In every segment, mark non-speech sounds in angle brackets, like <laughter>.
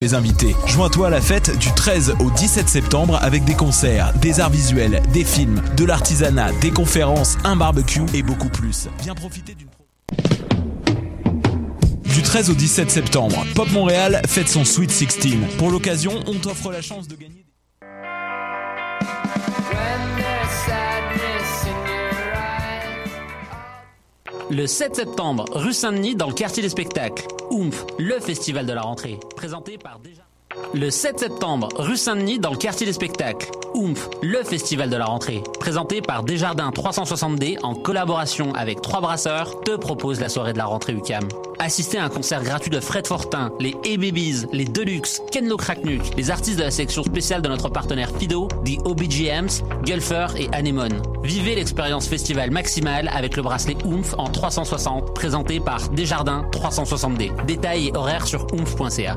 Les invités, joins-toi à la fête du 13 au 17 septembre avec des concerts, des arts visuels, des films, de l'artisanat, des conférences, un barbecue et beaucoup plus. Viens profiter d'une... pro- Du 13 au 17 septembre, Pop Montréal fête son Sweet 16. Pour l'occasion, on t'offre la chance de gagner... des- Le 7 septembre, rue Saint-Denis, dans le quartier des spectacles. Oomph, le festival de la rentrée. Présenté par déjà. Le 7 septembre, rue Saint-Denis, dans le quartier des spectacles. Oomph, le festival de la rentrée. Présenté par Desjardins 360D en collaboration avec Trois Brasseurs, te propose la soirée de la rentrée UCAM. Assistez à un concert gratuit de Fred Fortin, les A-Babies, les Deluxe, Kenlo Kraknuk, les artistes de la section spéciale de notre partenaire Fido, The OBGMs, Gulfer et Anemone. Vivez l'expérience festival maximale avec le bracelet Oomph en 360, présenté par Desjardins 360D. Détails et horaires sur oomph.ca.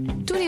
Tous les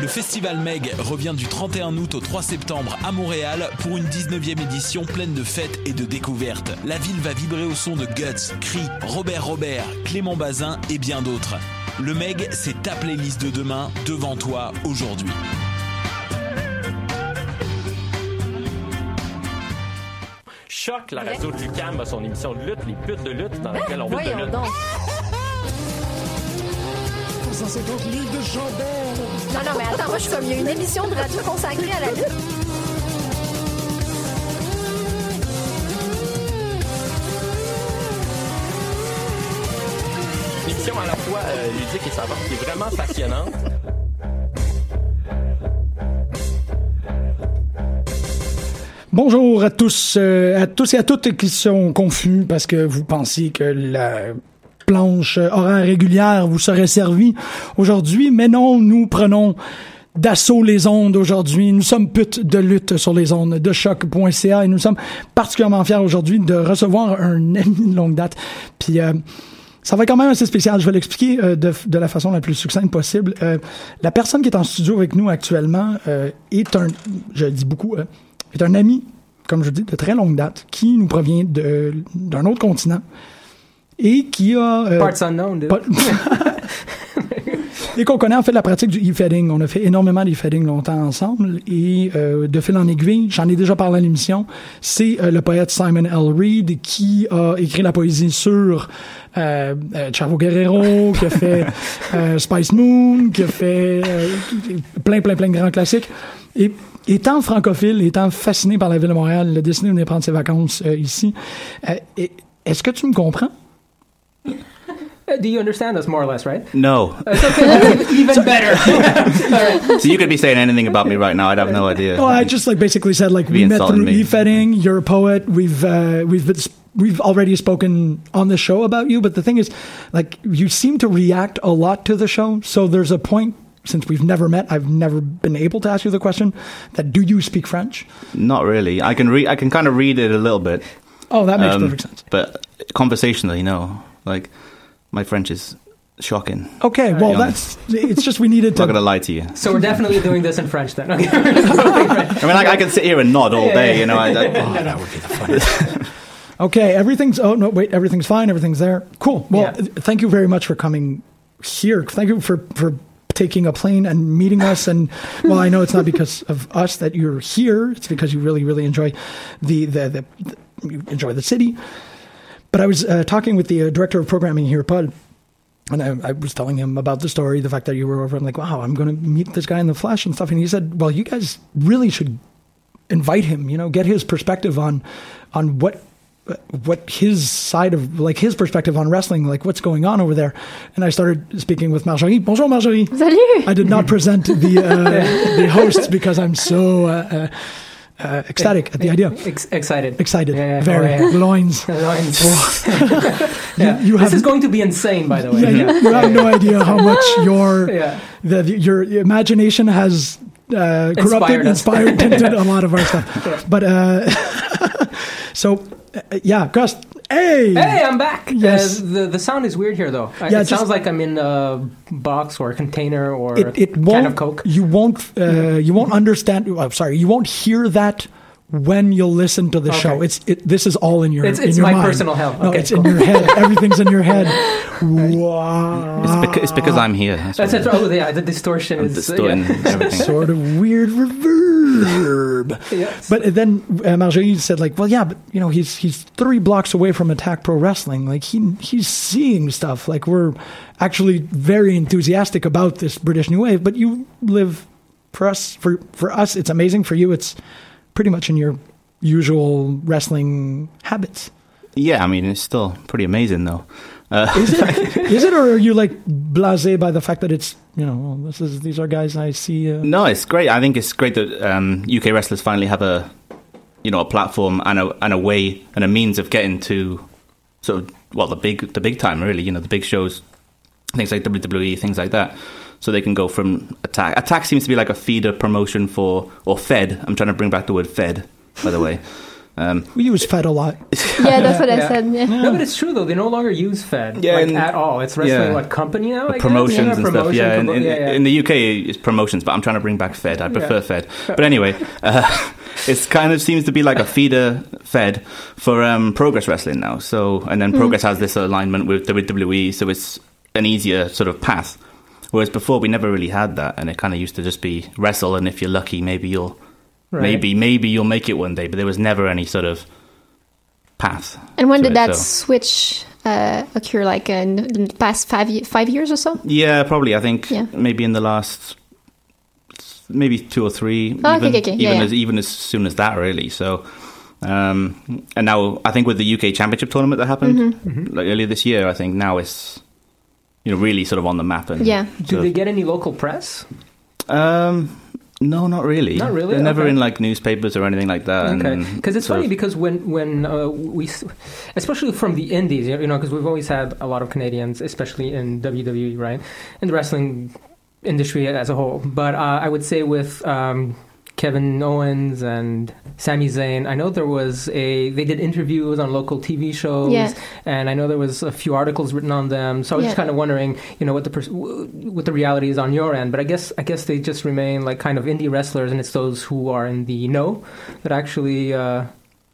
Le festival Meg revient du 31 août au 3 septembre à Montréal pour une 19e édition pleine de fêtes et de découvertes. La ville va vibrer au son de Guts, Cri, Robert Robert, Clément Bazin et bien d'autres. Le Meg, c'est ta playlist de demain devant toi aujourd'hui. Choc, la radio du CAM a son émission de lutte, les putes de lutte, dans laquelle on parle de lutte. Non, non, mais attends, moi, je suis comme, il y a une émission de radio consacrée à la lutte. Une émission à la fois euh, ludique et savante, qui est vraiment passionnante. Bonjour à tous, euh, à tous et à toutes qui sont confus parce que vous pensez que la planche horaire régulière vous serait servie aujourd'hui, mais non, nous prenons d'assaut les ondes aujourd'hui. Nous sommes putes de lutte sur les ondes de choc.ca et nous sommes particulièrement fiers aujourd'hui de recevoir un <laughs> ami de longue date. Puis euh, ça va être quand même assez spécial. Je vais l'expliquer euh, de, de la façon la plus succincte possible. Euh, la personne qui est en studio avec nous actuellement euh, est un, je le dis beaucoup, euh, est un ami, comme je dis, de très longue date, qui nous provient de- d'un autre continent et qui a... euh, Parts unknown, dude. pas- <laughs> et qu'on connaît en fait la pratique du e-fedding. On a fait énormément d'e-fedding longtemps ensemble et euh, de fil en aiguille, j'en ai déjà parlé à l'émission, c'est euh, le poète Simon L. Reed qui a écrit la poésie sur euh, euh, Chavo Guerrero, qui a fait euh, Spice Moon, qui a fait euh, plein, plein, plein de grands classiques. Et étant francophile, étant fasciné par la ville de Montréal, il a décidé de venir prendre ses vacances euh, ici. Euh, et- Est-ce que tu me comprends? Uh, Do you understand us more or less, right? No. It's okay, that's e- even better. so you could be saying anything about me right now. I'd have no idea. Well, I just like basically said like Be we met insulting through me. e-fetting. You're a poet. We've uh, we've been, we've already spoken on the show about you. But the thing is, like you seem to react a lot to the show. So there's a point since we've never met. I've never been able to ask you the question that do you speak French? Not really. I can read. I can kind of read it a little bit, Oh, that makes um, perfect sense. but conversationally, no. Like my French is shocking. Okay, well, Yeah. that's it's just we needed I'm not gonna to. lie to you. So we're definitely doing this in French then. Okay. I mean, like, I can sit here and nod all Yeah, day, yeah, you know. I, I, Okay, everything's. Oh no, wait, everything's fine. Everything's there. Cool. Well, Yeah. th- thank you very much for coming here. Thank you for for taking a plane and meeting us. And well, I know it's not because of us that you're here. It's because you really, really enjoy the the, the, you enjoy the city. But I was uh, talking with the uh, director of programming here, Paul. And I, I was telling him about the story, the fact that you were over. I'm like, wow, I'm going to meet this guy in the flesh and stuff. And he said, well, you guys really should invite him. You know, get his perspective on on what what his side of like his perspective on wrestling, like what's going on over there. And I started speaking with Marjorie. Bonjour, Marjorie. Salut! I did not present the <laughs> uh, the hosts because I'm so uh, uh, uh, ecstatic at the idea. Ex- excited. Excited, Yeah, yeah, very oh, yeah. <laughs> loins. Lines. yeah. you this have- is going to be insane, by the <laughs> way. Yeah, you, you have no idea how <laughs> much your Yeah. the, the- your imagination has uh, Inspired corrupted, us. inspired, <laughs> tinted a lot of our stuff. But uh, <laughs> so uh, yeah, Gus. Hey, <laughs> Hey, I'm back. Yes. Uh, the the sound is weird here, though. I- Yeah, it just- sounds like I'm in a box or a container or it, a it won't. can of <laughs> Coke. You won't. Uh, you won't understand. oh, I'm sorry. You won't hear that when you'll listen to the Okay. show. It's it, this is all in your. It's- in it's your my mind. personal hell. No, Okay, it's in cool. your <laughs> head. Everything's in your head. Wow. it's, because, it's because I'm here. That's, That's what it. Oh, yeah, the distortion I'm is. distorting yeah. everything. sort of weird reverb. Yes. But then uh, Marjorie said, like, well, yeah, but you know, he's he's three blocks away from Attack Pro Wrestling. Like he he's seeing stuff. Like we're actually very enthusiastic about this British New Wave. But you live for us for for us, it's amazing. For you, it's pretty much in your usual wrestling habits. Yeah, I mean, it's still pretty amazing, though. Is it? is it, or are you like blasé by the fact that it's you know well, this is these are guys I see. Uh, No, it's great. I think it's great that um, UK wrestlers finally have a, you know, a platform and a and a way and a means of getting to, sort of, well, the big the big time really. You know, the big shows, things like WWE, things like that. So they can go from attack. Attack seems to be like a feeder promotion for or fed. I'm trying to bring back the word fed, by the way. Um, we use Fed a lot. <laughs> Yeah, that's what I Yeah. said. yeah. <laughs> No, but it's true though. They no longer use Fed Yeah, like, and- at all. It's wrestling yeah. what company now? I guess? promotions Yeah, and stuff. promotion, Yeah, in, promo- in, yeah, yeah. in the UK it's promotions, but I'm trying to bring back Fed. I prefer Fed. But anyway, uh, it's kind of seems to be like a feeder Fed for um, Progress Wrestling now. So and then Progress has this alignment with WWE, so it's an easier sort of path. Whereas before we never really had that, and it kind of used to just be wrestle, and if you're lucky, maybe you'll Right. maybe maybe you'll make it one day. But there was never any sort of path. And when to did it, that so- switch uh, occur? Like in the past five ye- five years or so? Yeah, probably. I think Yeah. maybe in the last maybe two or three. Oh, even okay, okay, yeah, even yeah. as even as soon as that, really. So, um, and now I think with the UK Championship tournament that happened Mm-hmm. like earlier this year, I think now it's you know really sort of on the map and Yeah. sort Do of- they get any local press? um. No, not really. Not really? They're never Okay. in like newspapers or anything like that. Okay, and because it's sort funny of- because when when uh, we, s- especially from the Indies, you know, because we've always had a lot of Canadians, especially in WWE, right, in the wrestling industry as a whole. But uh, I would say with um, Kevin Owens and Sami Zayn, I know there was a they did interviews on local TV shows, Yeah. and I know there was a few articles written on them. So I was just Yeah. kind of wondering, you know, what the pers- w- what the reality is on your end. But I guess I guess they just remain like kind of indie wrestlers, and it's those who are in the know that actually uh,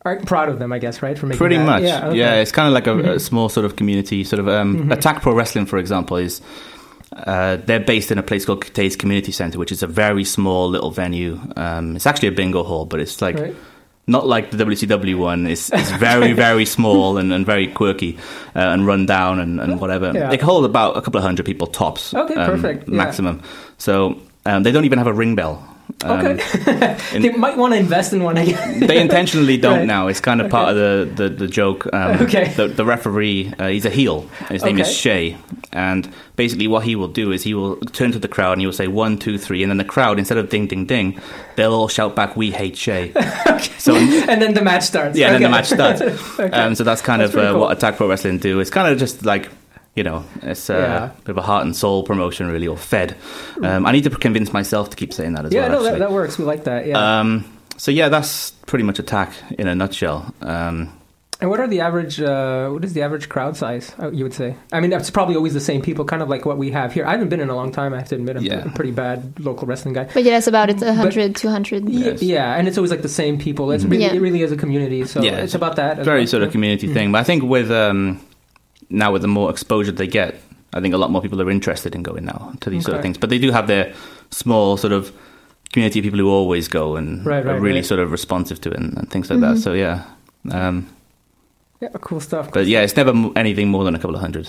are proud of them. I guess right for making Pretty that. much, Yeah, yeah. okay. Mm-hmm. it's kind of like a, a small sort of community. Sort of um, Attack Pro Wrestling, for example, is uh, they're based in a place called Tate's Community Center, which is a very small little venue. Um, it's actually a bingo hall, but it's like Right. not like the WCW one. It's, it's <laughs> very very small and, and very quirky uh, and run down and, and whatever. Yeah. They can hold about a couple of hundred people tops. Okay, um, perfect, yeah. Maximum. So um, they don't even have a ring bell. Um, Okay. <laughs> in- they might want to invest in one. I guess. <laughs> they intentionally don't Right. now. It's kind of part of the, the, the joke. Um, Okay. The, the referee, uh, he's a heel. His name is Okay. Shay. And basically, what he will do is he will turn to the crowd and he will say one, two, three. And then the crowd, instead of ding, ding, ding, they'll all shout back, We <laughs> hate Shay. So, yeah, and then the match starts. and then <laughs> the Okay. match starts. um, so that's kind That's of pretty uh, cool. what Attack Pro Wrestling do. It's kind of just like. You know, it's uh, Yeah. a bit of a heart and soul promotion, really, or fed. Um, I need to convince myself to keep saying that as yeah, well. no, that, actually. that Uh, works. We like that. Yeah. Um, so yeah, that's pretty much attack in a nutshell. Um, And what are the average? Uh, what is the average crowd size? uh, You would say. I mean, it's probably always the same people, kind of like what we have here. I haven't been in a long time. I have to admit, I'm Yeah. a pretty bad local wrestling guy. But yeah, that's about it. 100, 200. Yeah, yeah, and it's always like the same people. It's really, Yeah. it really is a community. So Yeah, it's, it's about that. as very well. sort of community Mm-hmm. thing. But I think with um, now with the more exposure they get, I think a lot more people are interested in going now to these sort of Okay. things. But they do have their small sort of community of people who always go and Right, are right, really right. Mm-hmm. sort of responsive to it and, and things like that. So yeah, um, yeah, cool stuff. but yeah, it's never m- anything more than a couple of hundred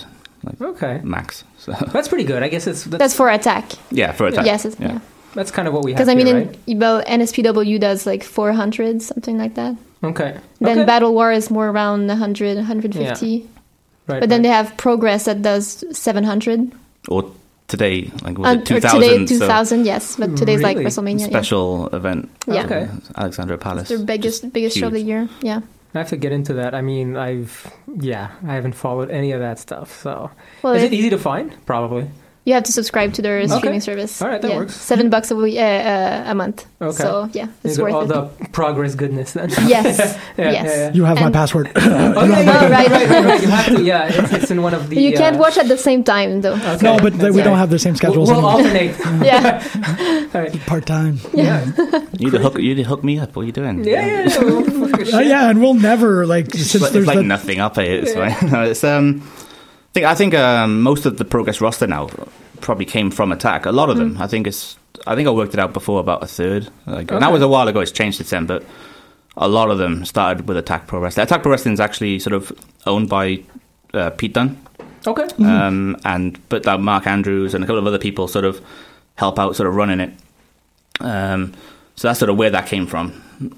okay, max. So <laughs> that's pretty good. I guess it's that's That's for attack. yeah, for a time. Yes, it's, yeah. that's kind of what we have. Because I mean, here, in, well, NSPW does like 400, something like that. right? okay, Then okay. Battle War is more around 100, 150. right, But then right. they have Progress that does 700. Or today, like was it And, Um, or two today, thousand? 2000, yes. But today's like Really? WrestleMania. special event. Yeah. Okay. Alexandra Palace. Yeah. Their biggest, biggest show of the huge. year. Yeah. I have to get into that. I mean, I've yeah, I haven't followed any of that stuff. So Well, is it it- easy to find? Probably. you have to subscribe to their Okay. streaming service. All right, that yeah. works. Seven bucks a, week, uh, uh, a month. Okay. So yeah, You it's got worth all it. the progress goodness then. <laughs> Yes. <laughs> Yeah, yes. yeah, You have my And- <laughs> password. Oh, yeah, Oh, yeah, right. right, right, right. You have to, yeah, it's, it's in one of the. You can't uh, watch at the same time though. okay. <laughs> no, but th- we Yeah. don't have the same We'll, schedules we'll anymore. alternate. <laughs> yeah. Part time. <laughs> Yeah. You need to hook. You need to hook me up. What are you doing? Yeah, yeah, yeah. we'll- we'll figure shit Uh, out. yeah, and we'll never like <laughs> since It's like, there's it's like that- nothing. I'll pay it. It's fine. <laughs> No, it's um. I think I think um, most of the progress roster now probably came from Attack. A lot of Mm. them. I think it's. I think I worked it out before about a third. Like, And that Okay. was a while ago. It's changed since then, but a lot of them started with Attack Pro Wrestling. Attack Pro Wrestling is actually sort of owned by uh, Pete Dunne. Okay. um, and but that Mark Andrews and a couple of other people sort of help out, sort of running it. Um, so that's sort of where that came from,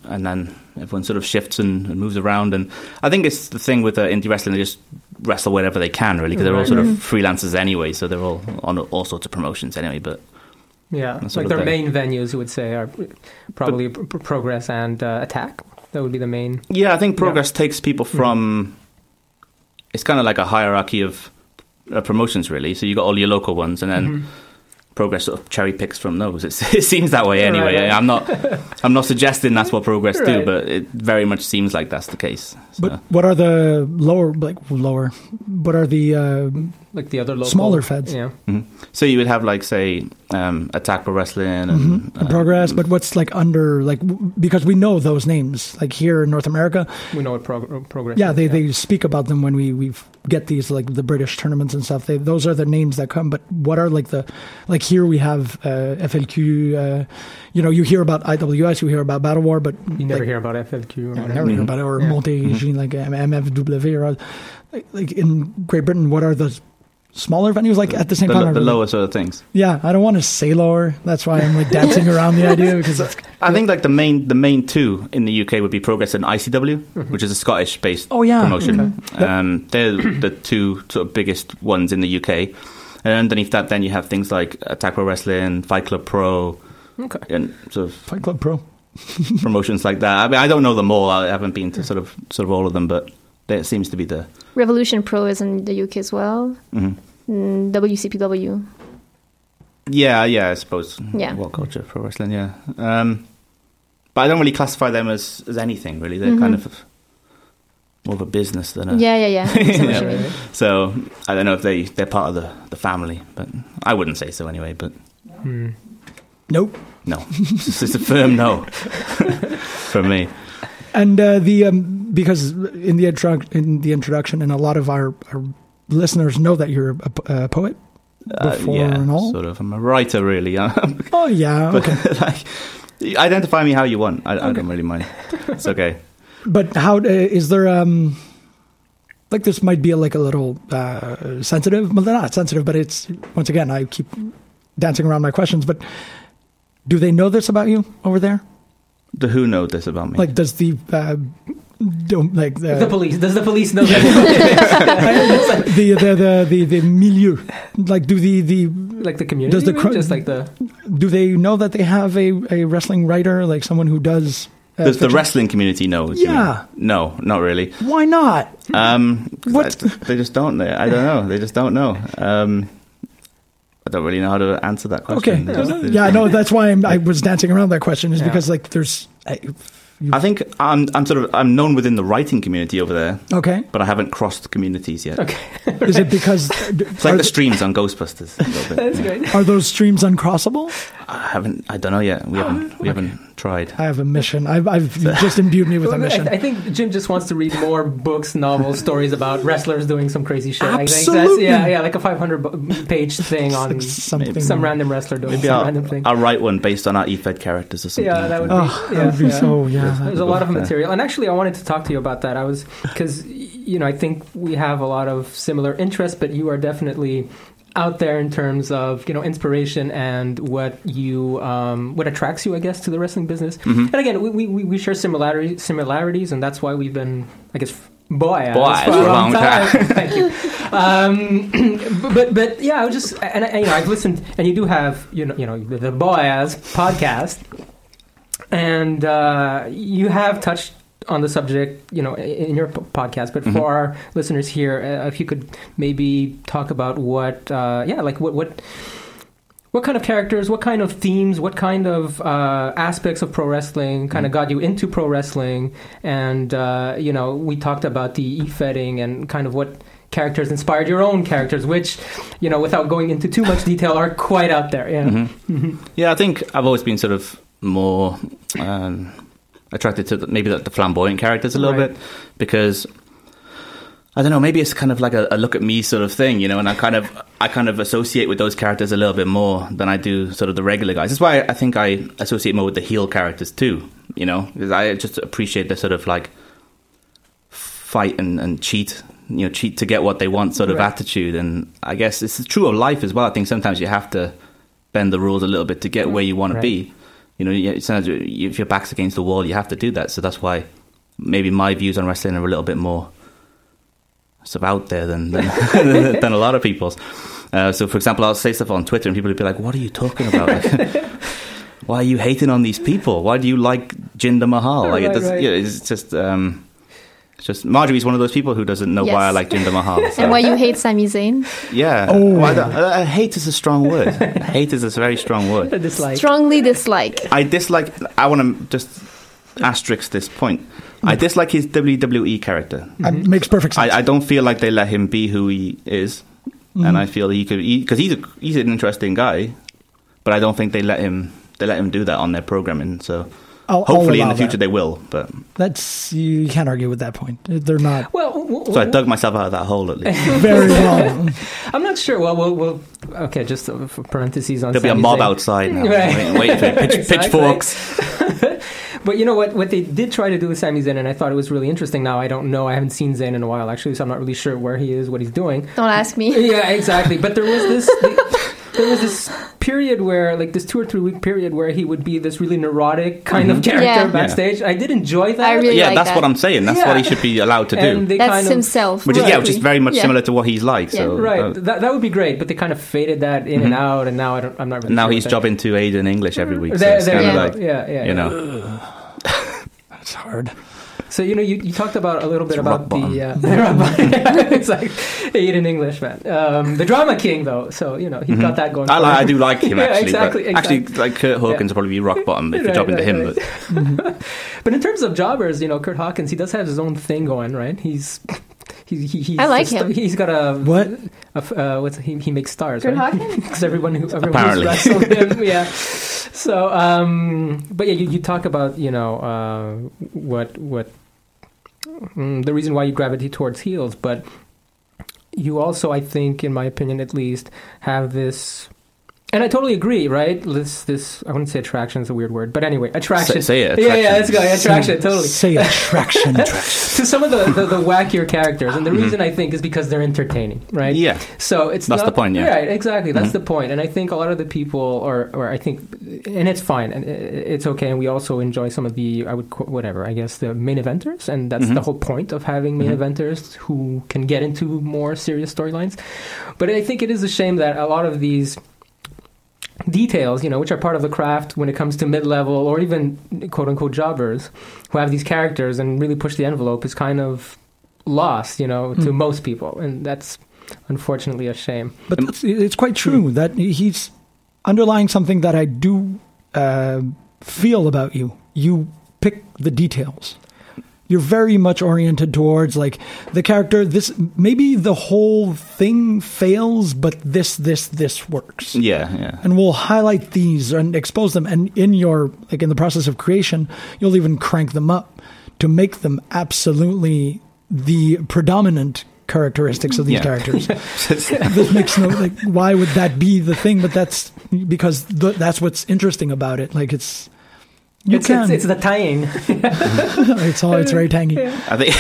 and then everyone sort of shifts and, and moves around. And I think it's the thing with uh, indie wrestling; they just wrestle wherever they can, really, because they're all Right. sort of freelancers anyway. So they're all on all sorts of promotions anyway. But Yeah, That sort like of their thing. main venues, you would say, are probably pr- pr- Progress and uh, Attack. That would be the main. Yeah, I think progress takes people Hmm. from. It's kind of like a hierarchy of uh, promotions, really. So you got all your local ones, and then Mm-hmm. progress sort of cherry picks from those. It's, <laughs> it seems that way, Right, anyway. right. I'm not, I'm not suggesting that's what progress do, Right. but it very much seems like that's the case. So. But what are the lower like lower? What are the uh, Like the other local. Smaller feds. Yeah. Mhm. so you would have like say um, attack pro wrestling and uh, the Mm-hmm. progress? But what's like under like w- because we know those names like here in North America. We know what prog- Progress Yeah, is, they, they speak about them when we we get these like the British tournaments and stuff. They, those are the names that come. But what are like the like here we have uh, FLQ. Uh, you know, you hear about IWS, you hear about Battle War, but You never like, hear about FFQ. Or I <laughs> whatever. never hear about it, or Yeah. Mm-hmm. Monte like M- MFW, or like, like in Great Britain, what are the s- smaller venues like at the the, same lo- time? I the really- lower sort of things. Yeah, I don't want to say lower. That's why I'm <laughs> like dancing around the idea because it's, I think like the main the main two in the UK would be Progress and ICW, Mm-hmm. which is a Scottish based Oh, Ah, yeah. promotion. Um, they're the two sort of biggest ones in the UK, and underneath that, then you have things like Attack Pro Wrestling, Fight Club Pro, Okay. and sort of Fight Club Pro. promotions like that. I mean, I don't know them all. I haven't been to sort of sort of all of them, but that seems to be the Revolution Pro is in the UK as well. Mhm. Mm, WCPW. Yeah, yeah, I suppose. Yeah. World culture pro wrestling, yeah. Um, but I don't really classify them as, as anything, really. They're kind of more of a business than a. Mm-hmm. Yeah, <laughs> yeah, yeah. I see what you Yeah. mean. So I don't know if they, they're part of the, the family, but I wouldn't say so anyway, but Hmm. Nope. no. it's, it's a firm <laughs> no for me. And uh, the um, because in the intro- in the introduction, and a lot of our, our listeners know that you're a, p- a poet. Uh, Before yeah, and all? sort of. I'm a writer, really. <laughs> I'm- Oh yeah, but, okay. <laughs> like, you identify me how you want. I, I don't really mind. It's okay. But how uh, is there um like this might be like a little uh, sensitive, well not sensitive, but it's once again I keep dancing around my questions. But do they know this about you over there? The who know this about me? Like, does the uh, don't like The the police. Does the police <laughs> know that? the, the the the the milieu? Like, do the the like the community? Does the maybe? cro- Just like the. do they know that they have a a wrestling writer, like someone who does? Uh, Does the fiction? wrestling community know? do you mean? Yeah. No, not really. Why not? Um, 'cause What? I- they just don't. They, I don't know. They just don't know. Um, I don't really know how to answer that Okay. question. They just- they just yeah, don't. no, that's why I'm, I was dancing around that question is because like there's I, You- I think I'm I'm sort of I'm known within the writing community over there, okay. but I haven't crossed communities yet. Okay. Is it because <laughs> It's like are, the streams on Ghostbusters. a little bit. <laughs> That's great. are those streams uncrossable? I haven't. I don't know yet. Oh, We haven't. We haven't tried. I have a mission. I've, <laughs> I've you just imbued me with a Well, I, mission. I think Jim just wants to read more books, <laughs> novels, stories about wrestlers doing some crazy shit. I think that's Absolutely. yeah, yeah, like a 500 page thing on Like something. some random wrestler doing Maybe some I'll, random thing. I'll write one based on our E EFED characters or something. yeah, that would be, Oh, yeah, that would be yeah. so yeah. There's a lot of Yeah. material, and actually, I wanted to talk to you about that. I was because you know I think we have a lot of similar interests, but you are definitely out there in terms of you know inspiration and what you um, what attracts you, I guess, to the wrestling business. Mm-hmm. And again, we, we- we, we share similarities, similarities, and that's why we've been, I guess. Boy, Boys for a <laughs> long Thank you. Um, <clears throat> but but yeah, I was just and, I- and you know I've listened and you do have you know you know the, the Boaz podcast and uh, you have touched on the subject, you know, i- in your p- podcast. But Mm-hmm. for our listeners here, uh, if you could maybe talk about what, uh, yeah, like what what what kind of characters, what kind of themes, what kind of uh, aspects of pro wrestling kind Mm-hmm. of got you into pro wrestling, and uh, you know, we talked about the e-fetting and kind of what. Characters inspired your own characters, which, you know, without going into too much detail, are quite out there. Yeah, Mm-hmm. Yeah, I think I've always been sort of more um, attracted to the, maybe the, the flamboyant characters a little Right. bit because I don't know. Maybe it's kind of like a, a look at me sort of thing, you know. And I kind of I kind of associate with those characters a little bit more than I do sort of the regular guys. That's why I think I associate more with the heel characters too, you know, because I just appreciate the sort of like fight and, and cheat, you know, cheat to get what they want sort of Right. attitude. And I guess it's true of life as well. I think sometimes you have to bend the rules a little bit to get where you want Right. to be. You know, you- sometimes you- if your back's against the wall, you have to do that. So that's why maybe my views on wrestling are a little bit more sort of out there <laughs> than than, <laughs> than a lot of people's. Uh, so, for example, I'll say stuff on Twitter, and people would be like, "What are you talking about? <laughs> <laughs> Like, why are you hating on these people? Why do you like Jinder Mahal? Like, Right, it does, right. yeah, it's just." Um, it's just Marjorie's one of those people who doesn't know why I Yes. like Jinder Mahal. So, <laughs> And why you hate Sami Zayn? yeah, Oh. Why the- uh, uh, hate is a strong word. hate is a very strong word. dislike. Strongly dislike. I dislike. I want to just asterisk this point. I dislike his WWE character. It makes perfect sense. I, I don't feel like they let him be who he is, Mm-hmm. and I feel he could because he's a, he's an interesting guy, but I don't think they let him they let him do that on their programming. So I'll- I'll hopefully in allow the future Oh, that. they will. But That's you can't argue with that point. They're not Well, w- w- so Oh. I dug myself out of that hole at <laughs> least. very well. I'm not sure. Well, we'll, we'll okay. Just uh, for parentheses on There'll be a Sami mob Zayn. outside now. Right. Wait, wait for it. <laughs> Pitch, <laughs> Exactly. Pitchforks. <laughs> But you know what? What they did try to do with Sami Zayn, and I thought it was really interesting. Now I don't know. I haven't seen Zayn in a while, actually, so I'm not really sure where he is, what he's doing. Don't ask me. yeah, exactly. But there was this. there was this period where, like, this two or three week period where he would be this really neurotic kind Mm-hmm. of character Yeah. backstage. I did enjoy that. I really Yeah, like that's that. what I'm saying. That's what he Yeah. should be allowed to and do. they That's kind of, himself. Which is yeah, which is very much Yeah. similar to what he's like. So Right, uh, mm-hmm. that, that would be great, but they kind of faded that in and out, and now I don't, I'm not really. now sure he's what that- jobbing to Aiden English every week. So There- it's there kind you of go. like Yeah, yeah, yeah. you know. That's hard. So you know, you, you talked about a little bit It's about rock the uh, <laughs> the rock bottom. it's like Aiden English man, um, the drama king though. So you know he's got that going. Mm-hmm. I, for li- I him. do like <laughs> him Yeah, actually. but- exactly, exactly. Actually, like Kurt Hawkins would probably be rock bottom if Right, you're jobbing right, to him. right. But But in terms of jobbers, you know, Kurt Hawkins, he does have his own thing going, right? He's he, he, he's I like a sta- him. He's got a What? a f- uh, what's he, he makes stars, Kurt right? Hawkins? Because everyone who everyone Apparently. who's wrestled <laughs> him, yeah. So, um, but yeah, you, you talk about you know uh, what what mm, the reason why you gravitate towards heels, but you also, I think, in my opinion at least, have this. And I totally agree, right? This, this, I wouldn't say attraction is a weird word, but anyway, attraction. Say- say it, Yeah, yeah, attraction. let's go. <laughs> Attraction, totally <laughs> Say attraction. to some of the, the, the wackier characters. And the Mm-hmm. reason I think is because they're entertaining, right? Yeah. So it's That's not- the point, yeah. Mm-hmm. Right, exactly. That's the point. And I think a lot of the people, or or I think, and it's fine, and i- it's okay. And we also enjoy some of the I would qu- whatever I guess the main eventers, and that's Mm-hmm. the whole point of having main eventers who can get into more serious storylines. But I think it is a shame that a lot of these details, you know, which are part of the craft when it comes to mid-level or even quote-unquote jobbers who have these characters and really push the envelope is kind of lost, you know, Mm. to most people, and that's unfortunately a shame. But it's, it's quite true hmm. that he's underlying something that I do uh, feel about you. You pick the details. You're very much oriented towards like the character. This maybe the whole thing fails, but this this this works Yeah, yeah. <laughs> and we'll highlight these and expose them and in your like in the process of creation you'll even crank them up to make them absolutely the predominant characteristics of these Yeah. characters this makes no like why would that be the thing but that's because th- that's what's interesting about it like it's you it's, can it's, it's the tying. it's all it's very tangy I think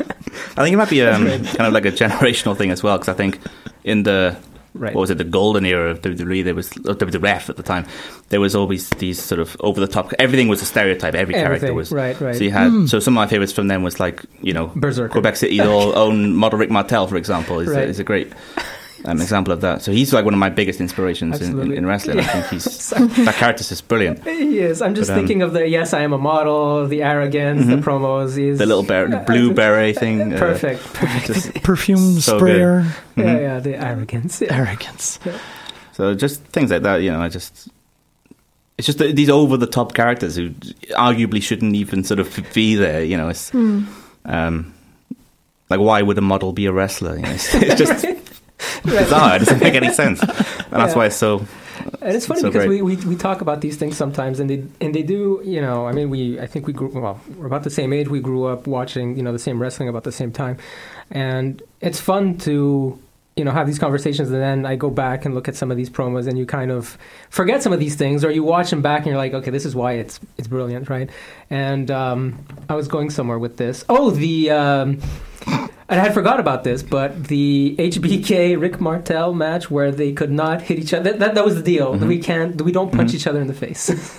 <laughs> I think it might be um, kind of like a generational thing as well because I think in the Right. what was it the golden era of WWE there was uh, WWF at the time there was always these sort of over the top everything was a stereotype every character Everything, was right, right. Hmm. so you had so some of my favorites from them was like you know Berserker. Quebec City's <laughs> all own model Rick Martel for example is, Right. a, is a great um, example of that so he's like one of my biggest inspirations in, in, Absolutely. in wrestling I <laughs> think he's that character's just brilliant yes, I'm just But, um, Mm-hmm. thinking of the yes, I am a model, the arrogance, the promos. Is, the little <laughs> bear, the blue beret thing uh, <laughs> Perfect. just- perfume So sprayer Yeah, yeah, the arrogance. <laughs> Yeah. arrogance So just things like that, you know. I just it's just th- these over the top characters who arguably shouldn't even sort of be there. You know, it's Hmm. um, like why would a model be a wrestler? You know, it's, <laughs> it's just bizarre. It doesn't make any sense, and that's Yeah. why it's so. And it's funny So because we, great. we, we talk about these things sometimes, and they and they do. You know, I mean, we I think we grew well. We're about the same age. We grew up watching you know the same wrestling about the same time, and it's fun to you know have these conversations. And then I go back and look at some of these promos, and you kind of forget some of these things, or you watch them back and you're like, okay, this is why it's it's brilliant, right? And um, I was going somewhere with this. Oh, the. Um, and I had forgot about this, but the HBK Rick Martel match where they could not hit each other. That, that was the deal. Mm-hmm. We can't. We don't punch each other in the face. <laughs>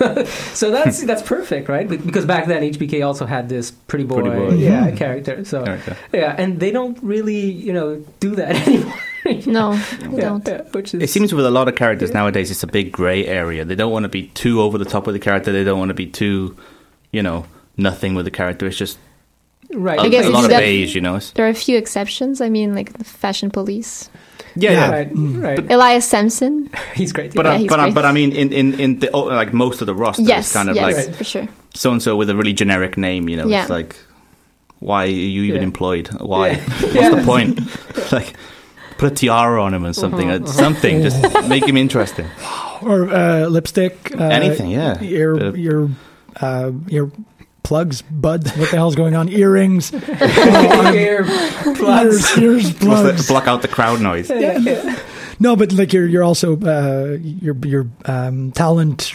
so <laughs> that's that's perfect, right? Be- Because back then HBK also had this pretty boy, Pretty boy. yeah, character. So Character. yeah, and they don't really, you know, do that <laughs> anymore. <laughs> No, we Yeah, don't. yeah, which is It seems with a lot of characters nowadays, it's a big grey area. They don't want to be too over the top with the character. They don't want to be too, you know, nothing with the character. It's just right. a, I guess a it's lot of that- beige, you know. It's- There are a few exceptions. I mean, like the fashion police. Yeah, yeah. Mm. Right, right. Elias Sampson. <laughs> He's great. But, um, Yeah, I, he's but, I, great. but I mean, in, in, in the, oh, like most of the roster, is Yes, kind of like yes, like- for sure. so and so with a really generic name, you know, Yeah. it's like, why are you even Yeah. employed? Why? Yeah. What's Yeah. <laughs> the point? <laughs> like, put a tiara on him or something, uh, something, just make him interesting. or uh, lipstick uh, Anything, yeah. Bit your of- your uh, your plugs buds what the hell's going on earrings Oh, I'm- Here, Ears, <laughs> What's ears, the- plugs. block out the crowd noise. No, but like you're you're also uh, your your um, talent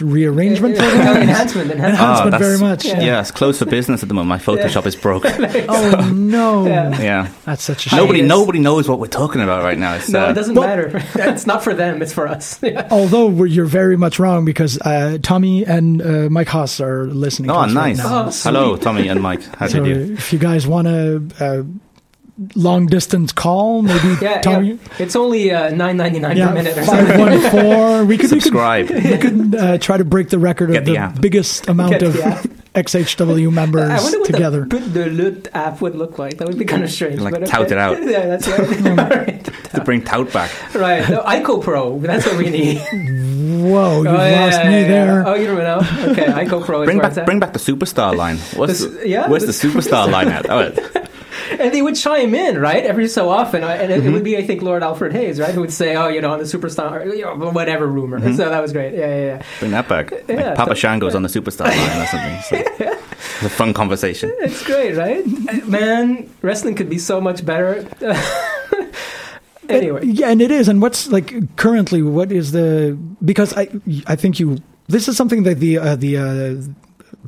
<laughs> rearrangement program. enhancement, enhancement. Ah, Enhancement that's- very much. Yeah. it's closed for business at the moment. My Photoshop is <laughs> broke. Oh no, Yeah. Yeah. that's such a shame. Nobody, Hiatus. nobody knows what we're talking about right now. It's, No, uh, it doesn't Well- matter. <laughs> it's not for them. It's for us. Yeah. Although we're, you're very much wrong because uh, Tommy and uh, Mike Haas are listening. to Oh, us right nice. now. Oh, Hello, Tommy and Mike. How So do you do? if you guys want to. Uh, Long distance call, maybe Yeah, yeah. Tommy. it's only uh, nine ninety nine per minute or something. five <laughs> one four. We could <laughs> we could Subscribe. we could uh, try to break the record of Get the the, app. biggest amount Get of the <laughs> app. <laughs> XHW I members wonder what together. the, the Lut app would look like. That would be kind of strange. Like, but tout okay. it <laughs> out. yeah, that's right. All <laughs> right. <laughs> to bring Tout back. Right. No, Ico Pro. That's what we <laughs> need. Whoa, you Oh, yeah, lost yeah, me yeah. there. Oh, you don't know? Okay, Ico Pro is Bring where it's back, at. bring back the superstar line. What's This- the, yeah, where's the uh? the <laughs> superstar line at? Oh, And they would chime in, right? Every so often. I- And it, it Mm-hmm. would be, I think, Lord Alfred Hayes, right? Who would say, oh, you know, on the superstar, or, you know, whatever rumor. Mm-hmm. So that was great. Yeah, yeah, yeah. Bring that back. Like Yeah, Papa don't- Shango's on the superstar line or something. So. <laughs> It's a fun conversation. It's great, right? Uh, Man, wrestling could be so much better. <laughs> anyway. Yeah, and it is. And what's like currently? What is the because I I think you this is something that the uh, the uh,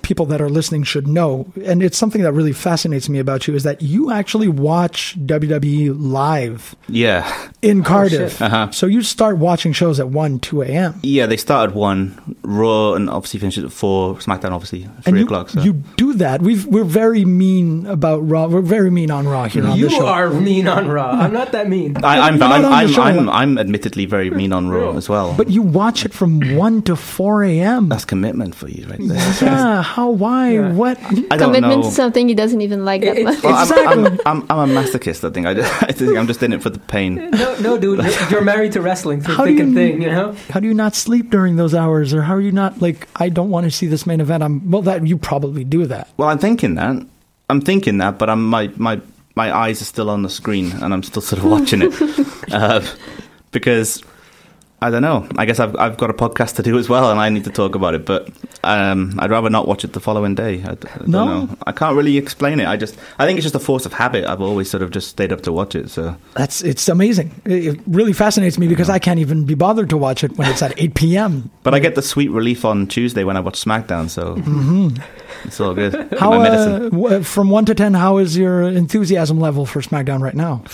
people that are listening should know, and it's something that really fascinates me about you is that you actually watch WWE live Yeah. in Cardiff. Oh, shit. Uh-huh. So you start watching shows at one two a.m. Yeah, they started one, Raw, and obviously finished at four, SmackDown, obviously, at And three you, o'clock. So. you do that. We've we're very mean about Raw. We're very mean on Raw here on You this show. are mean on Raw. I'm not that <laughs> mean. I, I'm, You're not I'm, on the I'm, show. I'm, I'm admittedly very mean on Raw as well. but you watch it from one to four a.m. <laughs> that's commitment for you right there. Yeah. Yeah, how, why, Yeah. what? I don't Commitment know. to something he doesn't even like that It- much. it- Well, I'm, Exactly. I'm, I'm, I'm a masochist. I think I, <laughs> I think I'm just in it for the <laughs> pain. No, no, dude, you're- you're married to wrestling through How do thick you- and thin, you know? How do you not sleep during those hours, or how are you not like? I don't want to see this main event. I'm well. That you probably do that. Well, I'm thinking that. I'm thinking that, but I'm my my my eyes are still on the screen, and I'm still sort of watching <laughs> it uh, because I don't know. I guess I've I've got a podcast to do as well, and I need to talk about it. But um, I'd rather not watch it the following day. I, d- I don't No. know. I can't really explain it. I just I think it's just a force of habit. I've always sort of just stayed up to watch it. So That's it's amazing. It, it really fascinates me because I can't even be bothered to watch it when it's at <laughs> eight p.m. But I get the sweet relief on Tuesday when I watch SmackDown, so it's all good. Mm-hmm. How My uh, medicine, w- from one to ten? How is your enthusiasm level for SmackDown right now?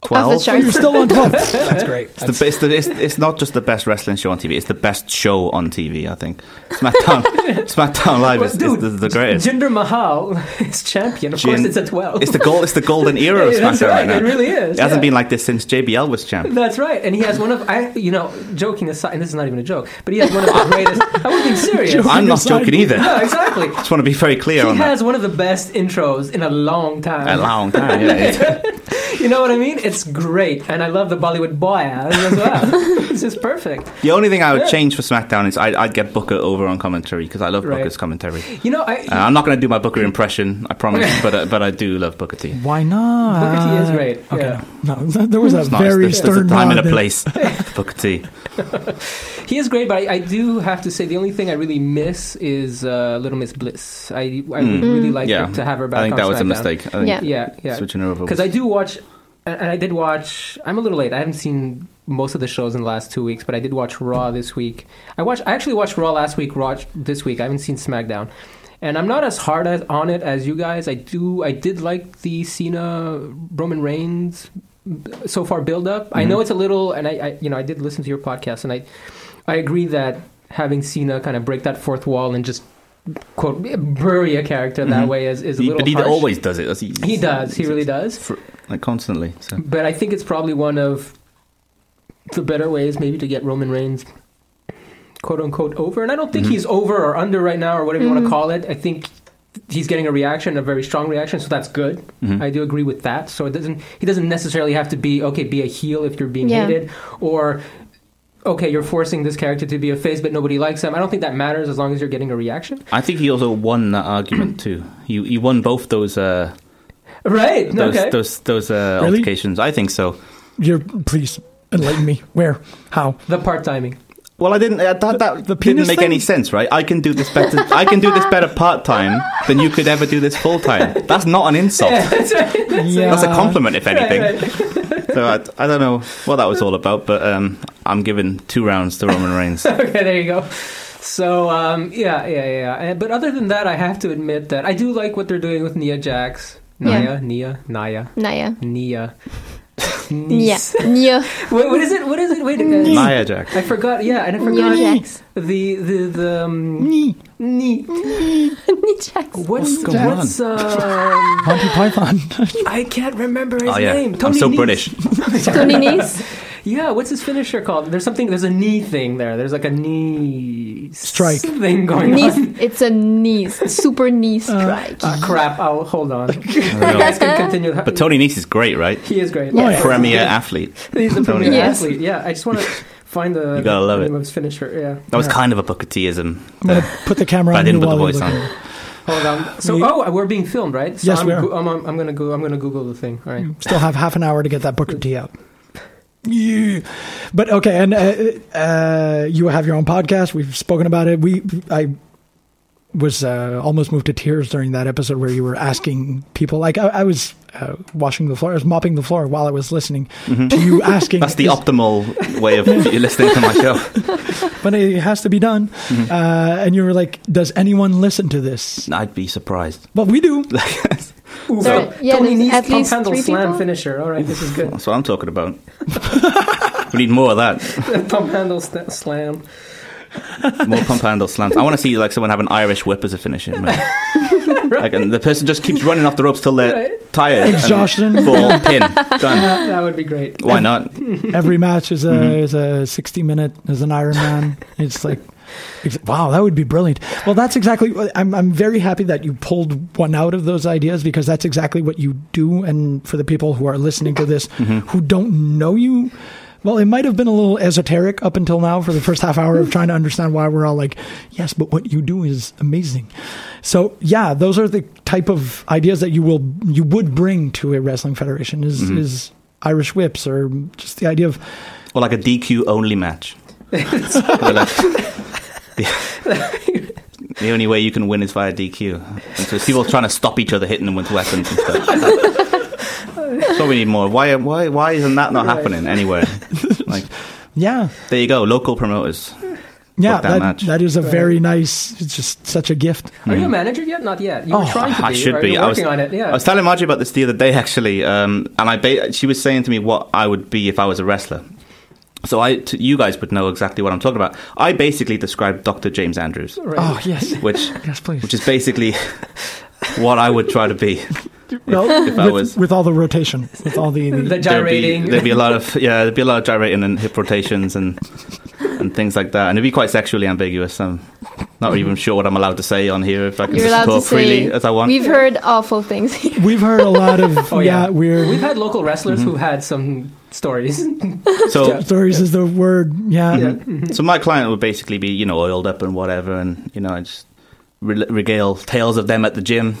Off twelve. the Oh, charts. you're still on <laughs> twelve. That's great. It's, the, it's, the, it's, it's not just the best wrestling show on TV; it's the best show on TV. I think <laughs> SmackDown, SmackDown Live is, Well, is the, the greatest. Jinder Mahal <laughs> is champion. Of course, Jin- it's a 12. <laughs> It's the gold. It's the golden era of Yeah, SmackDown <laughs> that's right, now. it really is, It hasn't yeah. been like this since JBL <laughs> was champ. That's right, and he has one of I, you know, joking aside, and this is not even a joke, but he has one of the <laughs> greatest. I wasn't being serious. I'm not aside. joking <laughs> either. No, I exactly. just want to be very clear He on that. has one of the best intros in a long A time. long time. Yeah, <laughs> it's- You know what I mean? It's great, and I love the Bollywood boy ass as <laughs> well. it's just perfect. the only thing I would change for SmackDown is I, I'd get Booker over on commentary because I love Right. Booker's commentary. You know, I, Uh, I'm not going to do my Booker impression, I <laughs> promise, but uh, but I do love Booker T. Why not? Booker T is great. Okay, yeah. no, no, there was a It's not- it's very the- it's the stern time nod and a there. place. Booker T. He is great, but I, I do have to say the only thing I really miss is uh, Little Miss Bliss. I, I would really like Hmm. Yeah, to have her back. I think on that was a SmackDown. mistake. I think Yeah. Yeah, yeah. Switching her over. Because I do watch, and and I did watch. I'm a little late. I haven't seen most of the shows in the last two weeks, but I did watch Raw this week. I watched. I actually watched Raw last week. Raw this week. I haven't seen SmackDown, and I'm not as hard as, on it as you guys. I do. I did like the Cena Roman Reigns so far build up. I Mm-hmm. know it's a little, and I, I, you know, I did listen to your podcast, and I, I agree that having Cena kind of break that fourth wall and just quote bury a character that way is, is a Mm-hmm. He- little. but he harsh. always does it. does He, He does. He really does. For, like constantly. So. But I think it's probably one of the better ways, maybe, to get Roman Reigns quote unquote over. And I don't think Mm-hmm. he's over or under right now, or whatever you want to call it. I think he's getting a reaction, a very strong reaction, so that's good. Mm-hmm. I do agree with that. So it doesn't he doesn't necessarily have to be okay, be a heel if you're being Yeah. hated, or okay, you're forcing this character to be a face, but nobody likes him. I don't think that matters as long as you're getting a reaction. I think he also won that argument <clears throat> too. He he won both those uh, Right? those okay. those those uh, Really? altercations. I think so. You're please enlighten me. Where? How? the part timing. Well, I didn't. Uh, that that The didn't penis make thing? any sense, right? I can do this better. I can do this better part time than you could ever do this full time. That's not an <laughs> insult. That's right. yeah. That's a compliment, if anything. right. <laughs> So I, I don't know what that was all about, but um, I'm giving two rounds to Roman <laughs> <laughs> Reigns. okay, there you go. So um, yeah, yeah, yeah. Uh, But other than that, I have to admit that I do like what they're doing with Nia Jax, Naya, Yeah. Nia, Naya, Naya. <laughs> Nia. Yeah. Niece. Nia. Wait, what is it? What is it? Wait a minute. Nia Jax. I forgot. Yeah, and I Nia forgot <laughs> Jax. the the the um, Yee. knee. Nia Jax. What's What's going on? what's <laughs> um, Monty Python. <laughs> I can't remember his Oh yeah, name. I'm Tony so Nese. <laughs> British. Tony Nese. Yeah, what's his finisher called? There's something. There's a knee thing there. There's like a knee Strike. thing going on. <laughs> Niece. It's a niece. Super niece strike. Ah, crap! I'll hold on. <laughs> I don't know. Let's continue. But Tony Nese is great, right? He is great. Oh, Yeah. Premier athlete. <laughs> He's the Tony premier Nese. Yes. athlete. Yeah, I just <laughs> want to find the You gotta love the it. name of his finisher. Yeah. That was kind of a Booker T-ism. I'm gonna put the camera But on I didn't you put the while voice you're on. looking. Hold <laughs> on. So, We- oh, we're being filmed, right? So Yes, I'm, we are. go- I'm, I'm, I'm gonna go. I'm gonna Google the thing. All right. Still have half an hour to get that Booker T out. Yeah. But okay, and uh, uh, you have your own podcast. We've spoken about it. We I was uh, almost moved to tears during that episode where you were asking people. Like I, I was uh, washing the floor, I was mopping the floor while I was listening to you Mm-hmm. <laughs> asking. That's the is- optimal way of listening to my show. but it has to be done. Mm-hmm. Uh, and you were like, "Does anyone listen to this?" I'd be surprised. <laughs> But we do. Ooh, Sorry, so yeah, Tony there's needs at pump least handle three slam people? finisher. All right, this is good. <laughs> <laughs> That's what I'm talking about. we need more of that. pump handle st- slam. More pump handle slams. I want to see like someone have an Irish whip as a finisher. <laughs> man. Like, and the person just keeps running off the ropes till they're Right. tired. and Exhaustion. Fall, pin, done. that would be great. Why not? Every match is a Mm-hmm. is a sixty minute is an Iron Man. It's like, it's- wow, that would be brilliant. Well, that's exactly. what- I'm I'm very happy that you pulled one out of those ideas because that's exactly what you do. And for the people who are listening to this who don't know you. Well, it might have been a little esoteric up until now for the first half hour of trying to understand why we're all like, yes, but what you do is amazing. So yeah, those are the type of ideas that you will you would bring to a wrestling federation is is Irish whips or just the idea of Or like a DQ only match. Or like- the, the only way you can win is via DQ. And so it's people trying to stop each other hitting them with weapons and stuff. That's what we need more. Why, why, why isn't that not happening anywhere? Like, yeah, there you go, local promoters. yeah, Fuck that that, match. that is a very nice. It's just such a gift. Are you a manager yet? Not yet. You were trying to be. Hmm. Oh, I should right? be. You're I was working on it. Yeah. I was telling Margie about this the other day actually, um, and I ba- she was saying to me what I would be if I was a wrestler. So I, t- you guys would know exactly what I'm talking about. I basically described Dr. James Andrews, Right. Oh yes, which yes, please. which is basically <laughs> what I would try to be. well, if I with, was- with all the rotation, with <laughs> all the, the- the There'd be, gyrating. there'd be a lot of yeah, there'd be a lot of gyrating and hip rotations and and things like that, and it'd be quite sexually ambiguous. I'm not even sure what I'm allowed to say on here if I can Mm-hmm. You're just allowed to talk freely say as I want. we've heard awful things. here. we've heard a lot <laughs> of Oh, yeah. yeah. We've weird had local wrestlers who've Mm-hmm. had some stories. <laughs> <laughs> So mm-hmm. stories is the word yeah. So my client would basically be, you know, oiled up and whatever, and you know, I just re- regale tales of them at the gym.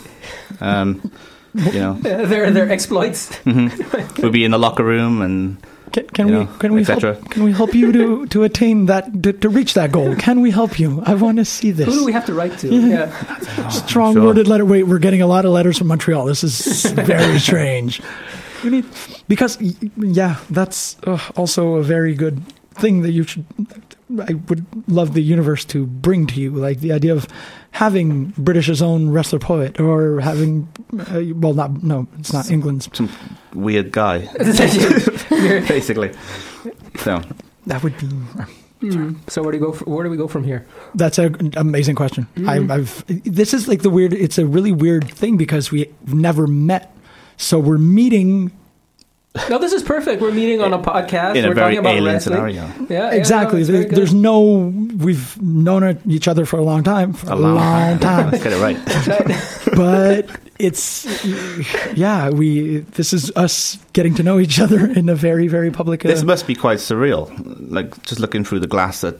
Um, you know, their their exploits. we'd be in the locker room, and Can, can You we know, can we et cetera. help, can we help you to to attain that to, to reach that goal? Can we help you? I want to see this. Who do we have to write to? <laughs> Yeah. strong worded letter. Wait, we're getting a lot of letters from Montreal. This is very strange. We need because y- yeah, that's uh, also a very good thing that you should. I would love the universe to bring to you, like the idea of having British's own wrestler poet, or having uh, well, not no, it's not England's. some weird guy, <laughs> basically. So That would be Hmm. so where do we go? From, where do we go from here? <laughs> That's an amazing question. I, I've this is like the weird. It's a really weird thing because we've never met, so we're meeting No, this is perfect. We're meeting on a podcast. in a We're very talking about alien wrestling. scenario, Yeah, exactly. Yeah, no, there, it's very there's good. no. We've known each other for a long time. For a long, <laughs> time. <laughs> Let's get it right. but it's yeah. We this is us getting to know each other in a very very public. Uh, This must be quite surreal, like just looking through the glass at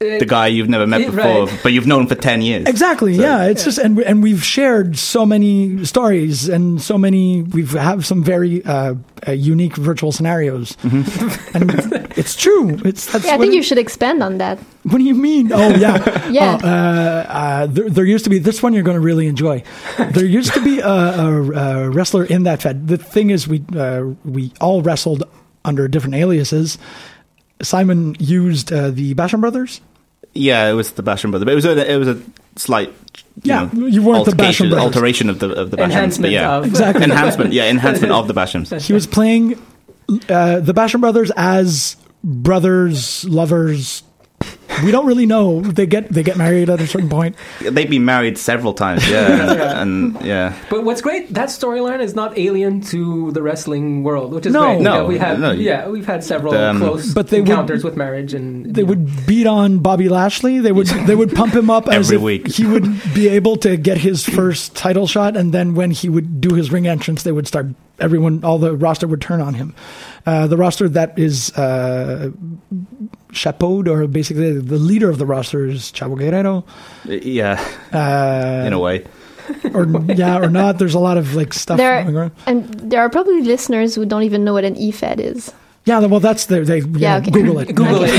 Uh, the guy you've never met Yeah, before, right. but you've known for ten years. Exactly. So- yeah, it's just and we- and we've shared so many stories and so many we've have some very uh, uh, unique virtual scenarios, Mm-hmm. and it's true. It's that's Yeah, I what think it- you should expand on that. What do you mean? Oh yeah, Yeah. Oh, uh, uh, there, there used to be this one you're going to really enjoy. There used to be a, a, a wrestler in that fed. The thing is, we uh, we all wrestled under different aliases. Simon used uh, the Basham brothers. Yeah, it was the Basham brother, but it was a, it was a slight. You Yeah, know, you weren't the Basham altercation- brothers. alteration of the of the Bashams, but Enhancement yeah, of- Exactly. <laughs> enhancement, yeah, enhancement of the Bashams. <laughs> He was playing uh, the Basham brothers as brothers, lovers. We don't really know. They get they get married at a certain point. They've been married several times, yeah, and, and yeah. But what's great? That storyline is not alien to the wrestling world, which is No. great. You No, know, we have no, you- yeah, we've had several Um, close But they would- encounters with marriage, and They you know. would beat on Bobby Lashley. They would they would pump him <laughs> up as Every if week. he would be able to get his first title shot, and then when he would do his ring entrance, they would start everyone. All the roster would turn on him. Uh, the roster that is uh, chapeaued, or basically the leader of the roster is Chavo Guerrero. Yeah, Uh, in a way. or yeah, or not. There's a lot of like stuff There going are, on. and there are probably listeners who don't even know what an EFED is. Yeah, well, that's the they yeah, okay. Google it. Google it. <laughs>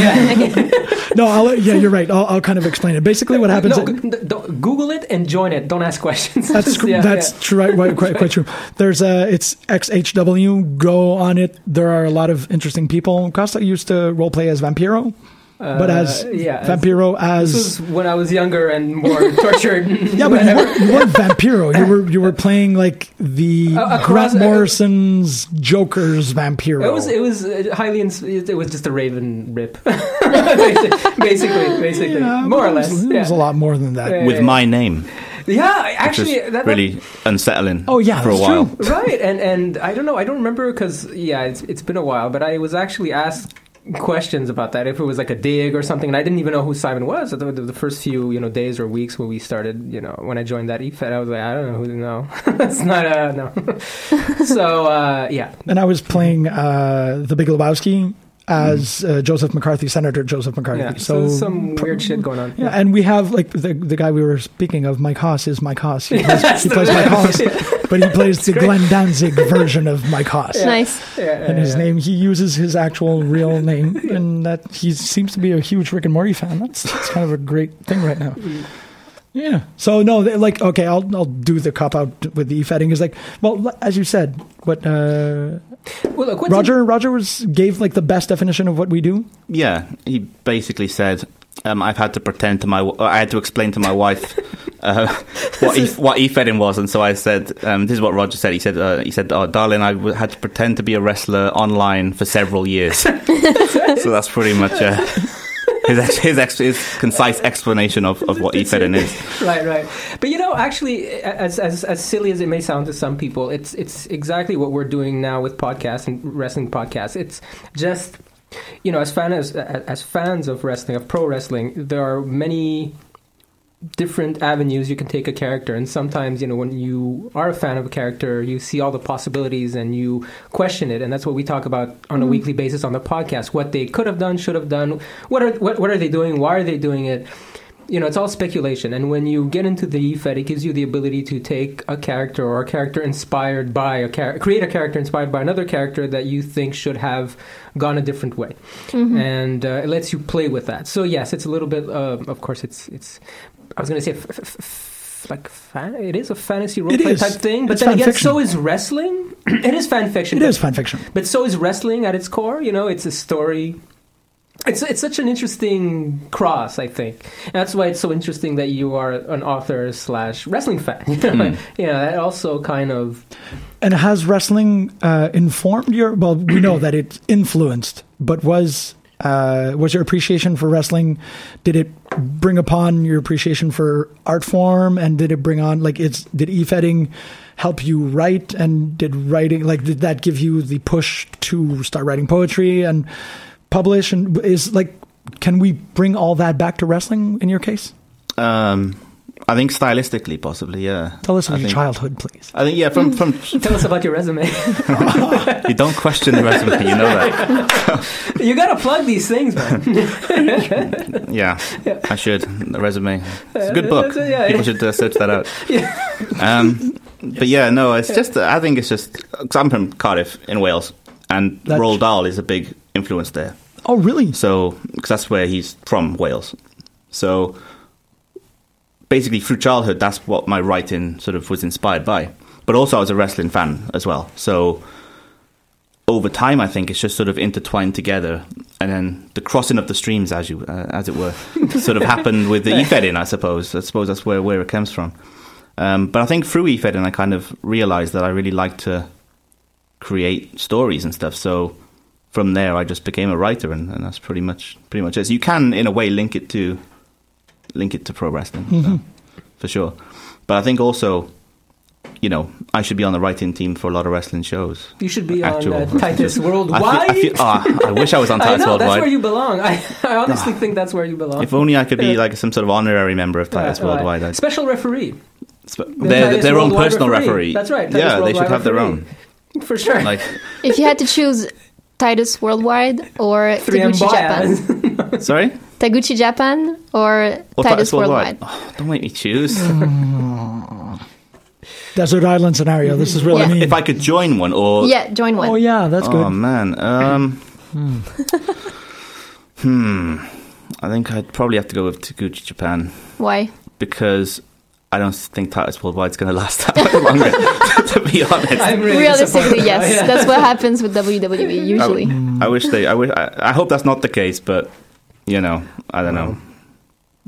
Yeah. No, I'll, yeah, you're right. I'll, I'll kind of explain it. Basically, what happens? <laughs> no, g- don't, Google it and join it. Don't ask questions. <laughs> that's Just- cr- yeah, that's yeah. true. Right, right, quite, <laughs> quite true. There's a it's XHW. Go on it. There are a lot of interesting people. Costa used to role play as Vampiro. but as Uh, yeah, as- Vampiro as, This was when I was younger and <laughs> more tortured. yeah, but you weren't, you weren't Vampiro. You were <laughs> you were playing like the A- a Grant cross- Morrison's Joker's <laughs> Vampiro. It was it was uh, highly ins- it was just a Raven rip, <laughs> basically, basically, basically. Yeah, more but or it was- less. It yeah. was a lot more than that. Yeah. with my name, Yeah, which actually, is that, that- really unsettling. Oh, yeah, for a that's while. true. right. And and I don't know, I don't remember because yeah, it's it's been a while, but I was actually asked questions about that if it was like a dig or something and i didn't even know who simon was the, the, the first few you know days or weeks when we started you know when i joined that E efed i was like i don't know <laughs> who no it's not uh <laughs> no so uh yeah And I was playing uh, the Big Lebowski Mm. as uh, Joseph McCarthy, Senator Joseph McCarthy. yeah so, So, there's some weird shit going on yeah, and we have like the the guy we were speaking of, Mike Haas, is Mike <laughs> Haas. He plays, he plays Mike Haas, but he plays the Glenn Danzig version of Mike Haas. Nice. Yeah, yeah, And his yeah. name, he uses his actual real <laughs> name, and that he seems to be a huge Rick and Morty fan. That's, that's kind of a great thing right now. Mm-hmm. Yeah. So no, they- like okay, I'll I'll do the cop out with the fetting is like well, as you said, what uh, Well, look, what's Roger Roger was gave like the best definition of what we do. Yeah, he basically said, um, "I've had to pretend to my, w- I had to explain to my wife uh, what e- what e-fedding was," and so I said, um, "This is what Roger said." He said, uh, "He said, oh, darling, I w- had to pretend to be a wrestler online for several years." so that's pretty much uh, his ex- his, ex- his concise explanation of, of what e-fedding is. <laughs> right, right. But you know, actually, as, as as silly as it may sound to some people, it's it's exactly what we're doing now with podcasts and wrestling podcasts. It's just you know, as fan as as fans of wrestling of pro wrestling, there are many different avenues you can take a character and sometimes you know when you are a fan of a character you see all the possibilities and you question it and that's what we talk about on a weekly basis on the podcast what they could have done should have done what are what, what are they doing why are they doing it you know it's all speculation and when you get into the E fed it gives you the ability to take a character or a character inspired by a character create a character inspired by another character that you think should have gone a different way and uh, it lets you play with that so yes it's a little bit uh, of course it's it's i was going to say f- f- f- like fan, it is a fantasy role It play is. type thing but It's then fan again fiction. so is wrestling <clears throat> it is fan fiction It but is fan fiction. but so is wrestling at its core. You know, it's a story. It's it's such an interesting cross, I think. And that's why it's so interesting that you are an author slash wrestling fan. <laughs> Hmm. yeah, that also kind of And has wrestling uh, informed your? Well, we know that it influenced, but was uh, was your appreciation for wrestling? Did it bring upon your appreciation for art form? And did it bring on like it's? Did e-fetting help you write? And did writing like did that give you the push to start writing poetry and publish? And is like, can we bring all that back to wrestling in your case? Um, I think stylistically, possibly, yeah. Tell us I about your think- childhood, please. I think yeah, from from tell us about your resume. <laughs> you don't question the rest of it, you know that. you gotta plug these things, man. Yeah, <laughs> I should. The resume. It's a good book. Yeah, yeah, yeah. People should uh, search that <laughs> out. Um, but yeah, no, it's just, I think it's just, because I'm from Cardiff in Wales, and That's- Roald Dahl is a big influence there. Oh, really? So, because that's where he's from, Wales. So, basically, through childhood, that's what my writing sort of was inspired by. But also, I was a wrestling fan as well. So, over time, I think it's just sort of intertwined together, and then the crossing of the streams, as you uh, as it were, <laughs> sort of happened with the Ifedin, I suppose. I suppose that's where where it comes from. Um, but I think through Ifedin, I kind of realized that I really like to create stories and stuff. So from there, I just became a writer, and, and that's pretty much pretty much it. So you can, in a way, link it to link it to pro wrestling so, Mm-hmm. for sure. But I think also, you know, I should be on the writing team for a lot of wrestling shows. You should be Actual- on uh, Titus Worldwide. <laughs> I, feel, I, feel, ah, I wish I was <laughs> on I Titus know that's Worldwide. Ah. where you belong. I, I honestly think that's where you belong. if only I could be like some sort of honorary member of Titus Uh, uh, Worldwide. I'd, special referee. sp- their Titus their own Worldwide personal referee. referee. That's right, Titus Yeah, they should Worldwide have their referee. own. for sure. Like, If you had to choose Titus Worldwide or 3M Taguchi Japan, <laughs> Bias. sorry, Taguchi Japan or, or Titus Worldwide. Oh, don't make me choose. <laughs> Desert Island scenario. This is really Yeah. mean. if I could join one, or Yeah, join one. oh yeah, that's good. Oh man. Um, hmm. I think I'd probably have to go with Taguchi Japan Why? because I don't think Titus Worldwide's going to last <laughs> that much longer. to be honest, I'm really Realistically, disappointed. yes. <laughs> Oh. Mm. That's what happens with WWE E, usually. I wish they. I wish. I, I hope that's not the case, but you know, I don't know.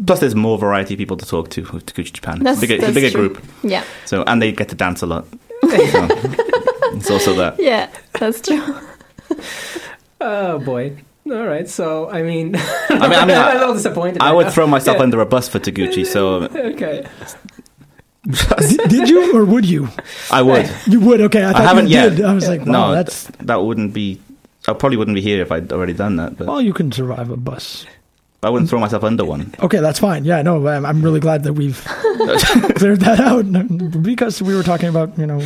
Plus, there's more variety of people to talk to with Takuchi Japan. That's, bigger, it's a that's bigger true. group, Yeah. so and they get to dance a lot. So, it's also <laughs> that. Yeah, that's true. <laughs> Oh boy. All right. So I mean, <laughs> I mean, I I mean, am a I, little disappointed. I right would now. throw myself under a bus for Taguchi, so <laughs> Okay. <laughs> Did- Did you or would you? I would. You would. Okay, I I thought haven't you yet. did. I was like, wow, no, that's. th- that wouldn't be. I probably wouldn't be here if I'd already done that. But Well, you can survive a bus. I wouldn't throw myself under one. Okay, that's fine. Yeah, no, I'm, I'm really glad <laughs> that we've cleared that out because we were talking about you know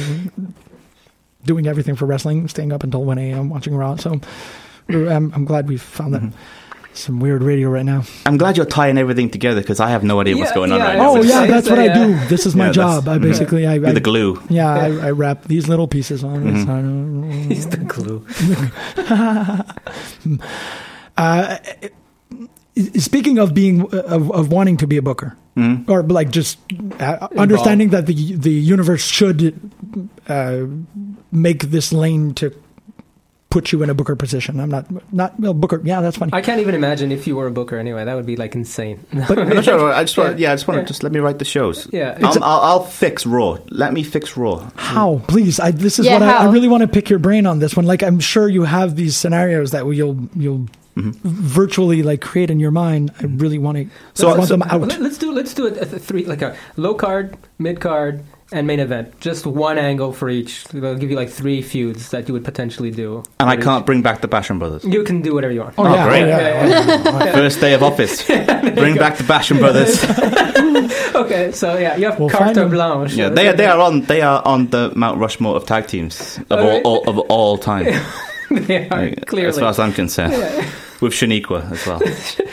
doing everything for wrestling, staying up until one a.m. watching Raw. So we're- I'm, I'm glad we found that. Mm-hmm. Some weird radio right now. I'm glad you're tying everything together because I have no idea what's Yeah, going on yeah, right now. Oh it's- It's- yeah, it's- that's what I yeah. do. This is my Yeah, that's- job. I basically, I, You're the I glue. yeah, I, I wrap these little pieces on. It's- I don't know. Mm-hmm. <laughs> He's the <laughs> glue. Uh, Speaking of being of, of wanting to be a booker, Mm-hmm. or like just uh, understanding that the the universe should uh, make this lane to put you in a booker position. I'm not not well booker. Yeah, that's funny. I can't even imagine if you were a booker anyway. That would be like insane. <laughs> <laughs> I'm not sure. I just want. Yeah. Yeah, I just want to Yeah. just let me write the shows. Yeah. I'm, I'll, I'll fix Raw. Let me fix Raw. how please? I, this is Yeah, what I, I how? really want to pick your brain on this one. Like I'm sure you have these scenarios that you'll you'll Mm-hmm. virtually like create in your mind. I really want to. So- So I want so- Oh, them out. Let, us do let's do it at the three like a low card, mid card, and main event. Just one angle for each. They'll give you like three feuds that you would potentially do. And I for each. can't bring back the Basham Brothers. You can do whatever you want. Oh, yeah, great. oh, yeah, Yeah, oh, yeah. First day of office. Bring back the <laughs> Basham Brothers. <laughs> Okay, so yeah, you have We'll find carte them. blanche. Yeah, they are, <laughs> they are on they are on the Mount Rushmore of tag teams of all, Alright. all of all <laughs> time. They are, Like, clearly. as far as I'm concerned, with Shaniqua as <laughs> well,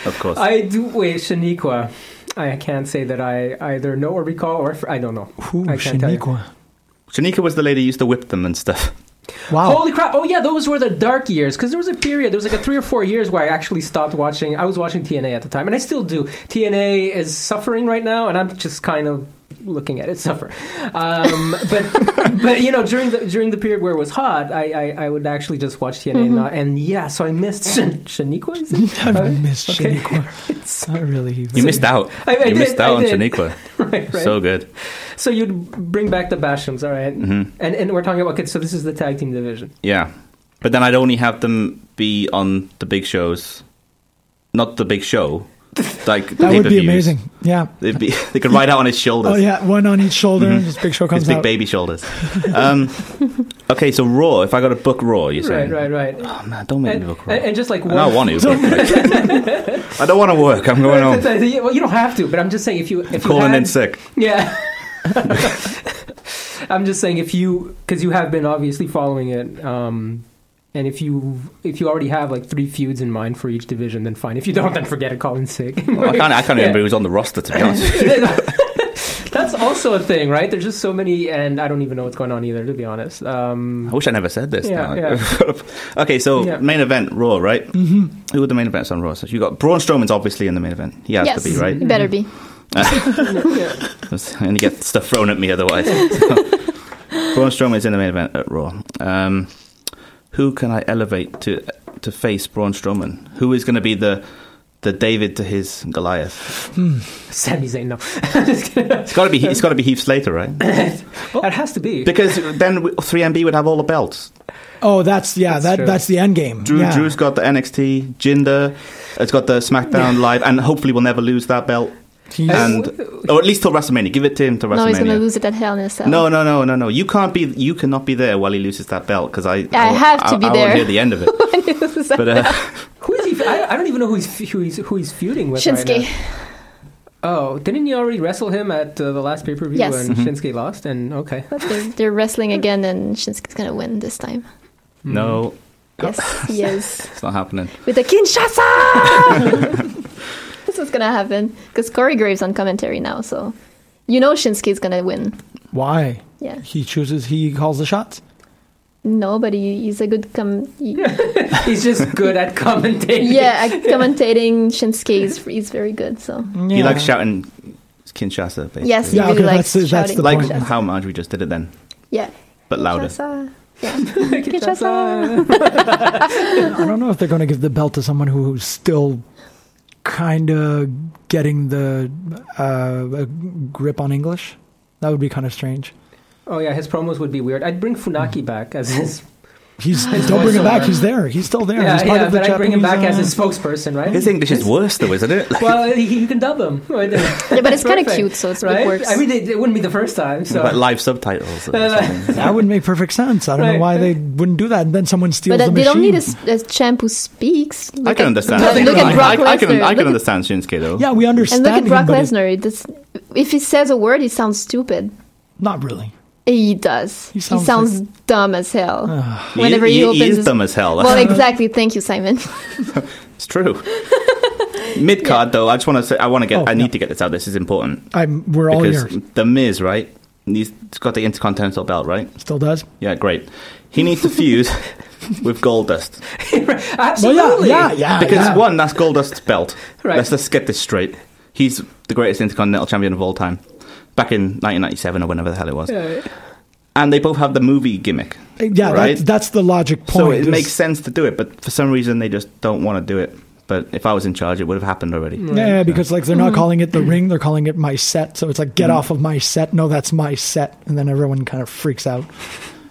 of course. I do wait, Shaniqua. I can't say that I either know or recall or f- I don't know. Ooh, I can't tell you. Oh, Shaniqua. Shaniqua was the lady who used to whip them and stuff. Wow. Holy crap! Oh yeah, those were the dark years because there was a period, there was like a three or four years where I actually stopped watching. I was watching TNA at the time, and I still do. TNA is suffering right now, and I'm just kind of looking at it suffer. Um, <laughs> but but you know during the during the period where it was hot, I I, I would actually just watch TNA, Mm-hmm. and, not, and yeah, so I missed Shan- Shaniqua. Is <laughs> it? <laughs> I Uh, missed okay. Shaniqua. I really. <laughs> You missed out. I- I did, you missed out I on did. Shaniqua. <laughs> right, right. So good. So you'd bring back the Bashams, all right? Mm-hmm. And and we're talking about okay, so this is the tag team division. Yeah, but then I'd only have them be on the big shows, not the big <laughs> show. Like That would be amazing. Yeah. They'd be, <laughs> they could ride out on his shoulders. Oh yeah, one on each shoulder. and This big show comes Mm-hmm. His big out. baby <laughs> shoulders. Um, okay, so Raw. If I got to book Raw, you're Right, saying, right, right. Oh, man, don't make And, me book and, Raw. and just like one I don't want to. <laughs> but- I don't want to work. I'm going home. well, you don't have to, but I'm just saying if you if you Calling had, in sick. <laughs> yeah. I'm just saying if you because you have been obviously following it, um, and if you if you already have like three feuds in mind for each division, then fine. If you don't, then forget it. Call in <laughs> sick. <laughs> Well, I can't. I can't Yeah. remember who's on the roster to be honest. That's also a thing, right? There's just so many, and I don't even know what's going on either, to be honest. Um, I wish I never said this. Yeah, now. <laughs> okay, so Yeah. main event Raw, right? Mm-hmm. Who are the main events on Raw? So you got Braun Strowman's obviously in the main event. He has yes, to be right, <laughs> Mm-hmm. it better be. I'm going to get stuff thrown at me otherwise. <laughs> Braun Strowman is in the main event at Raw. Um, who can I elevate to to face Braun Strowman? Who is going to be the the David to his Goliath? Sami Zayn, no. <laughs> Just kidding. It's got to be. It's got to be Heath Slater, right? <laughs> That has to be. Because then we- 3MB would have all the belts. Oh, that's yeah. That's that true. that's the end game. Drew, yeah. Drew's got the NXT, Jinder, it's got the SmackDown Live, and hopefully we'll never lose that belt. He's- And or at least till WrestleMania. Give it to him to WrestleMania. No, he's gonna lose it at Hell in a Cell. No, no, no, no, no. You can't be. You cannot be there while he loses that belt because I. I have to be I, I there. won't hear the end <laughs> of it. but uh, who is he? fe- I, I don't even know who he's, fe- who he's, who he's feuding with right <laughs> Shinsuke. now. Oh, didn't you already wrestle him at uh, the last pay per view Yes. Mm-hmm. when Shinsuke lost? And okay, <laughs> But they're, they're wrestling again, and Shinsuke's gonna win this time. no, Yes, <laughs> yes. it's not happening. With a Kinshasa! <laughs> this is gonna happen. Because Corey Graves on commentary now, so you know Shinsuke's gonna win. why? Yeah. He chooses. He calls the shots. No, but he, he's a good com. <laughs> he- he's just good at commentating. yeah, at commentating Shinsuke is he's very good. So Yeah. He likes shouting Kinshasa. Basically. yes, he Yeah, really okay, likes that's- that's shouting. the Like point. how Marjorie just did it then, yeah, but louder. Kinshasa. Yeah. Kinshasa. Kinshasa. I don't know if they're going to give the belt to someone who, who's still kind of getting the uh, grip on English. That would be kind of strange. Oh yeah, his promos would be weird. I'd bring Funaki back as his. <gasps> He's don't bring him back. He's there. He's still there. Yeah, He's part yeah, of the but I'd bring him back Japanese, as uh, his spokesperson, right? His English is worse though, isn't it? Like, well, he- you can dub him. <laughs> Right there. Yeah, but it's kind of Perfect. cute, so it's, right? it works. I mean, it, it wouldn't be the first time. So <laughs> <laughs> like live <laughs> subtitles. Or Uh, something. That would make perfect sense. I don't know Right. why they wouldn't do that. And then someone steals but uh, the they machine. don't need a, s- a champ who speaks. Look I can at- understand. Look, look at Brock I, I Lesnar. can, I Look can at- understand Shinsuke though. yeah, we And understand. look at Brock him, but it- Lesnar. This- If he says a word, he sounds stupid. Not really. He does. He sounds, sounds dumb as hell. He- Whenever he, he opens he is his- dumb as hell. <laughs> well, exactly. Thank you, Simon. <laughs> It's true. Mid card though, I just want to say I want to get Oh, I yeah. need to get this out. This is important I'm. We're all because here. the Miz, right? He's got the Intercontinental belt, right? Still does. Yeah, great. He needs to <laughs> feud with Goldust Well, absolutely. yeah, yeah, yeah. because yeah. one, that's Goldust's belt. Right. Let's just get this straight. He's the greatest Intercontinental champion of all time, back in 1997 or whenever the hell it was. Yeah. And they both have the movie gimmick, yeah, right? that, that's the logic point. so it is- makes sense to do it. But for some reason, they just don't want to do it. But if I was in charge, it would have happened already. Yeah, because like they're Mm-hmm. not calling it the ring, they're calling it my set. So it's like Mm. get off of my set. No, that's my set, and then everyone kind of freaks out.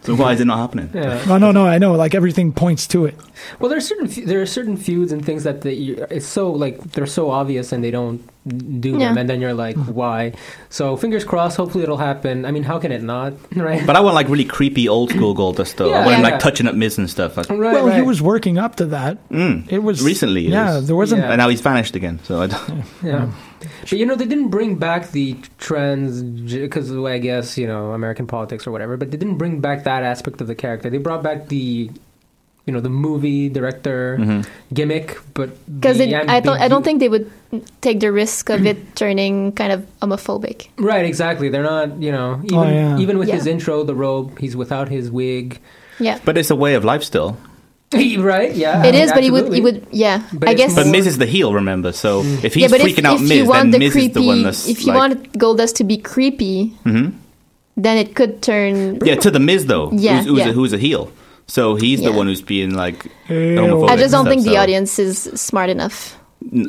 So why is it not happening? Yeah. No, no, no. I know. Like everything points to it. Well, there are certain fe- there are certain feuds and things that they, you- it's so like they're so obvious and they don't do Yeah. them, and then you're like, Mm-hmm. why? So fingers crossed. Hopefully, it'll happen. I mean, how can it not? <laughs> Right. But I want like really creepy old school Goldust though. I Yeah. want him Yeah. like touching up Miz and stuff. Like, right, well, he right. was working up to that. It was Recently, it Yeah, is. there wasn't. Yeah. And now he's vanished again. So I don't, <laughs> Yeah. Mm-hmm. But you know, they didn't bring back the trans because I guess you know American politics or whatever. But they didn't bring back that aspect of the character. They brought back the. You know the movie director Mm-hmm. gimmick, but Because the I don't, I ambigu- don't think they would take the risk of it turning kind of homophobic. right exactly. They're not you know even Oh, yeah. even with Yeah. his intro, the robe, he's without his wig. <laughs> Yeah, but it's a way of life still. right? Yeah, it is. But he would, he would. Yeah, But I it's guess. But More- Miz is the heel, remember? So Mm. if yeah, he's but freaking if, out if you Miz, want then the Miz creepy, is the one that's if you like, Mm-hmm. want Goldust to be creepy, then it could turn. yeah to the Miz though. Yeah, who's, who's, yeah. A, who's a heel? So he's Yeah. the one who's being like. Ew. homophobic I just and don't stuff, think the so- audience is smart enough Well,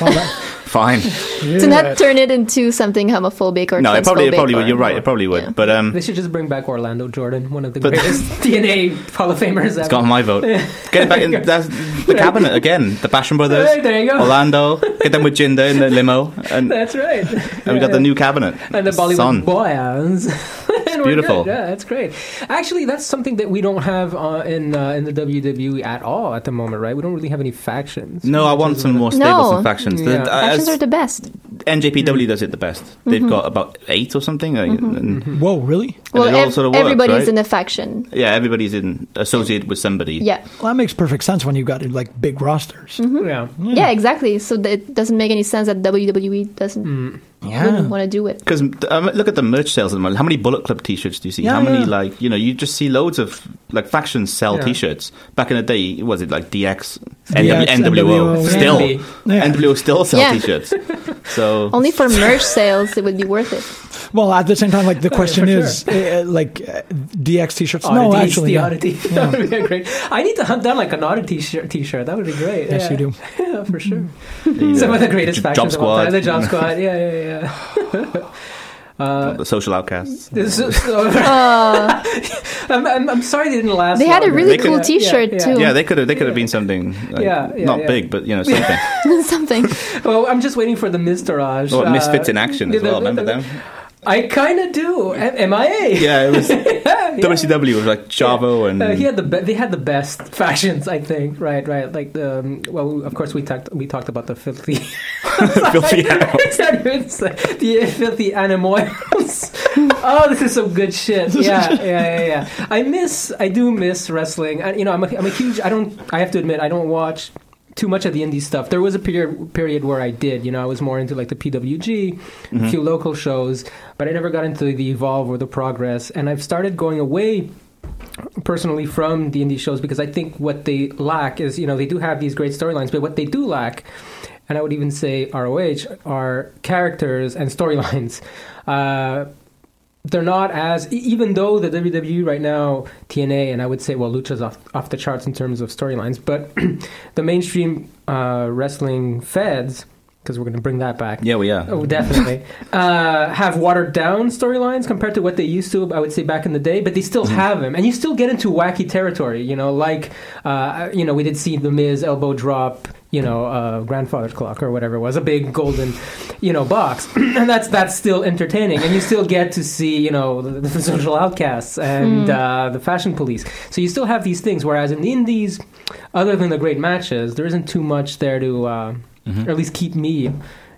<laughs> that- <laughs> Fine. to yeah. not turn it into something homophobic or No, it probably, it transphobic probably would. or- You're right. It probably would. yeah. But um, They should just bring back Orlando Jordan, one of the But- <laughs> greatest DNA Hall of Famers ever. It's got my <laughs> vote. Get it back in that's the cabinet again. The Basham Brothers. Right, there you go. Orlando. Get them with Jinder in the limo. <laughs> And, and That's <laughs> right. we got the new cabinet. and the Bollywood Son. boys. <laughs> And we're beautiful. good. Yeah, that's great. Actually, that's something that we don't have uh, in uh, in the WWE at all at the moment, right? We don't really have any factions. No, I want some more stables No. and factions. Yeah. The, uh, Actions as are the best. NJPW does it the best. They've got about eight or something. like, And, and Whoa, really? Mm-hmm. Well, it all ev- sort of works, everybody's right? in a faction. yeah, everybody's in associated with somebody. Yeah. Well, that makes perfect sense when you've got like big rosters. Mm-hmm. Yeah. Yeah, Hmm. exactly. So that it doesn't make any sense that WWE doesn't Hmm. Yeah. want to do it. Because um, look at the merch sales at the moment. How many Bullet Club T-shirts do you see? Yeah, How many yeah. like you know? You just see loads of like factions sell Yeah. T-shirts. Back in the day, was it like DX, DX, NWO, NWO, still yeah. Yeah. NWO still sell Yeah. <laughs> T-shirts. So Only <laughs> for merch sales, it would be worth it. Well, at the same time, like the question <laughs> for is, uh, like uh, DX T-shirts. Oddities, <laughs> no, actually, the yeah. oddity. that would be great. I need to hunt down like an oddity shirt. T-shirt. That would be great. Yes, yeah. you do. Yeah, for sure. the, Some uh, of the greatest J- factions Job of all time. Squad, The Job Squad. Yeah, yeah, yeah. <laughs> the Social Outcasts. This is- <laughs> I'm, I'm, I'm sorry they didn't last. They had a longer. really They cool could- T-shirt Oh. yeah, too. Yeah, they could have. They could have been something. Like, Yeah, yeah, not yeah. big, but you know something. <laughs> <laughs> Something. Well, I'm just waiting for the Mistarage. oh, Misfits in Action as well. <laughs> Remember them? I kind of do. M- MIA. Yeah, it <laughs> was WCW was like Chavo and Uh, <laughs> <laughs> he had the be- they had the best <laughs> fashions, I think. Right, right. Like the um, well, of course we talked we talked about the filthy, <laughs> <laughs> Filthy Animals. It's not even say- the filthy animals. <laughs> oh, this is some good <laughs> shit. Yeah, yeah, yeah, yeah. I miss I do miss wrestling. I, you know, I'm a, I'm a huge. I don't. I have to admit, I don't watch too much of the indie stuff. There was a period period where I did. You know, I was more into like the PWG, Mm-hmm. a few local shows, but I never got into the Evolve or the Progress. And I've started going away personally from the indie shows because I think what they lack is, you know, they do have these great storylines, but what they do lack, and I would even say ROH, are characters and storylines. <laughs> Uh, they're not as e- even though the WWE right now TNA and I would say well Lucha's off off the <clears throat> charts in terms of storylines, but the mainstream uh, wrestling feds because we're going to bring that back. Yeah, we are. Oh, definitely. uh, have watered down storylines compared to what they used to, I would say, back in the day, but they still have them. And you still get into wacky territory, you know, like, uh, you know, we did see The Miz elbow drop, you know, uh, grandfather's clock or whatever it was, a big golden, you know, box. <clears throat> and that's that's still entertaining. And you still get to see, you know, the, the social outcasts and uh, the fashion police. So you still have these things. Whereas in the indies, other than the great matches, there isn't too much there to, uh, or at least keep me. You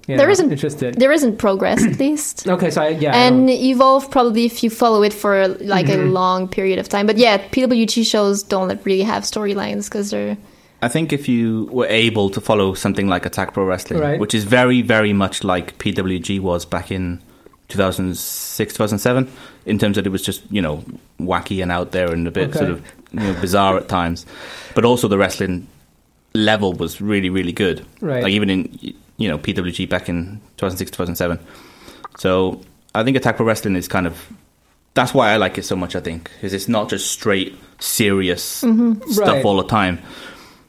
There know, isn't- interested. There isn't progress, at least. Okay, so I, yeah. I and <laughs> know. evolve probably if you follow it for like a Mm-hmm. long period of time but yeah pwg shows don't like, really have storylines because they're I think if you were able to follow something like Attack Pro Wrestling, Right. which is very, very much like PWG was back in 2006, 2007, in terms that it was just, you know, wacky and out there and a bit Okay. sort of you know, bizarre at times. But also the wrestling level was really, really good. Right. Like even in, you know, PWG back in 2006, 2007. So I think Attack Pro Wrestling is kind of that's why I like it so much. I think because it's not just straight serious stuff Mm-hmm. Right. all the time,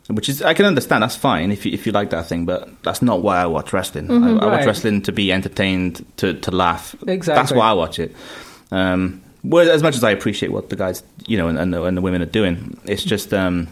which is I can understand. That's fine if you, if you like that thing, but that's not why I watch wrestling. I, I Mm-hmm, Right. watch wrestling to be entertained, to to laugh. That's Exactly. why I watch it. Um, well, as much as I appreciate what the guys, you know, and, and, the, and the women are doing, it's just um,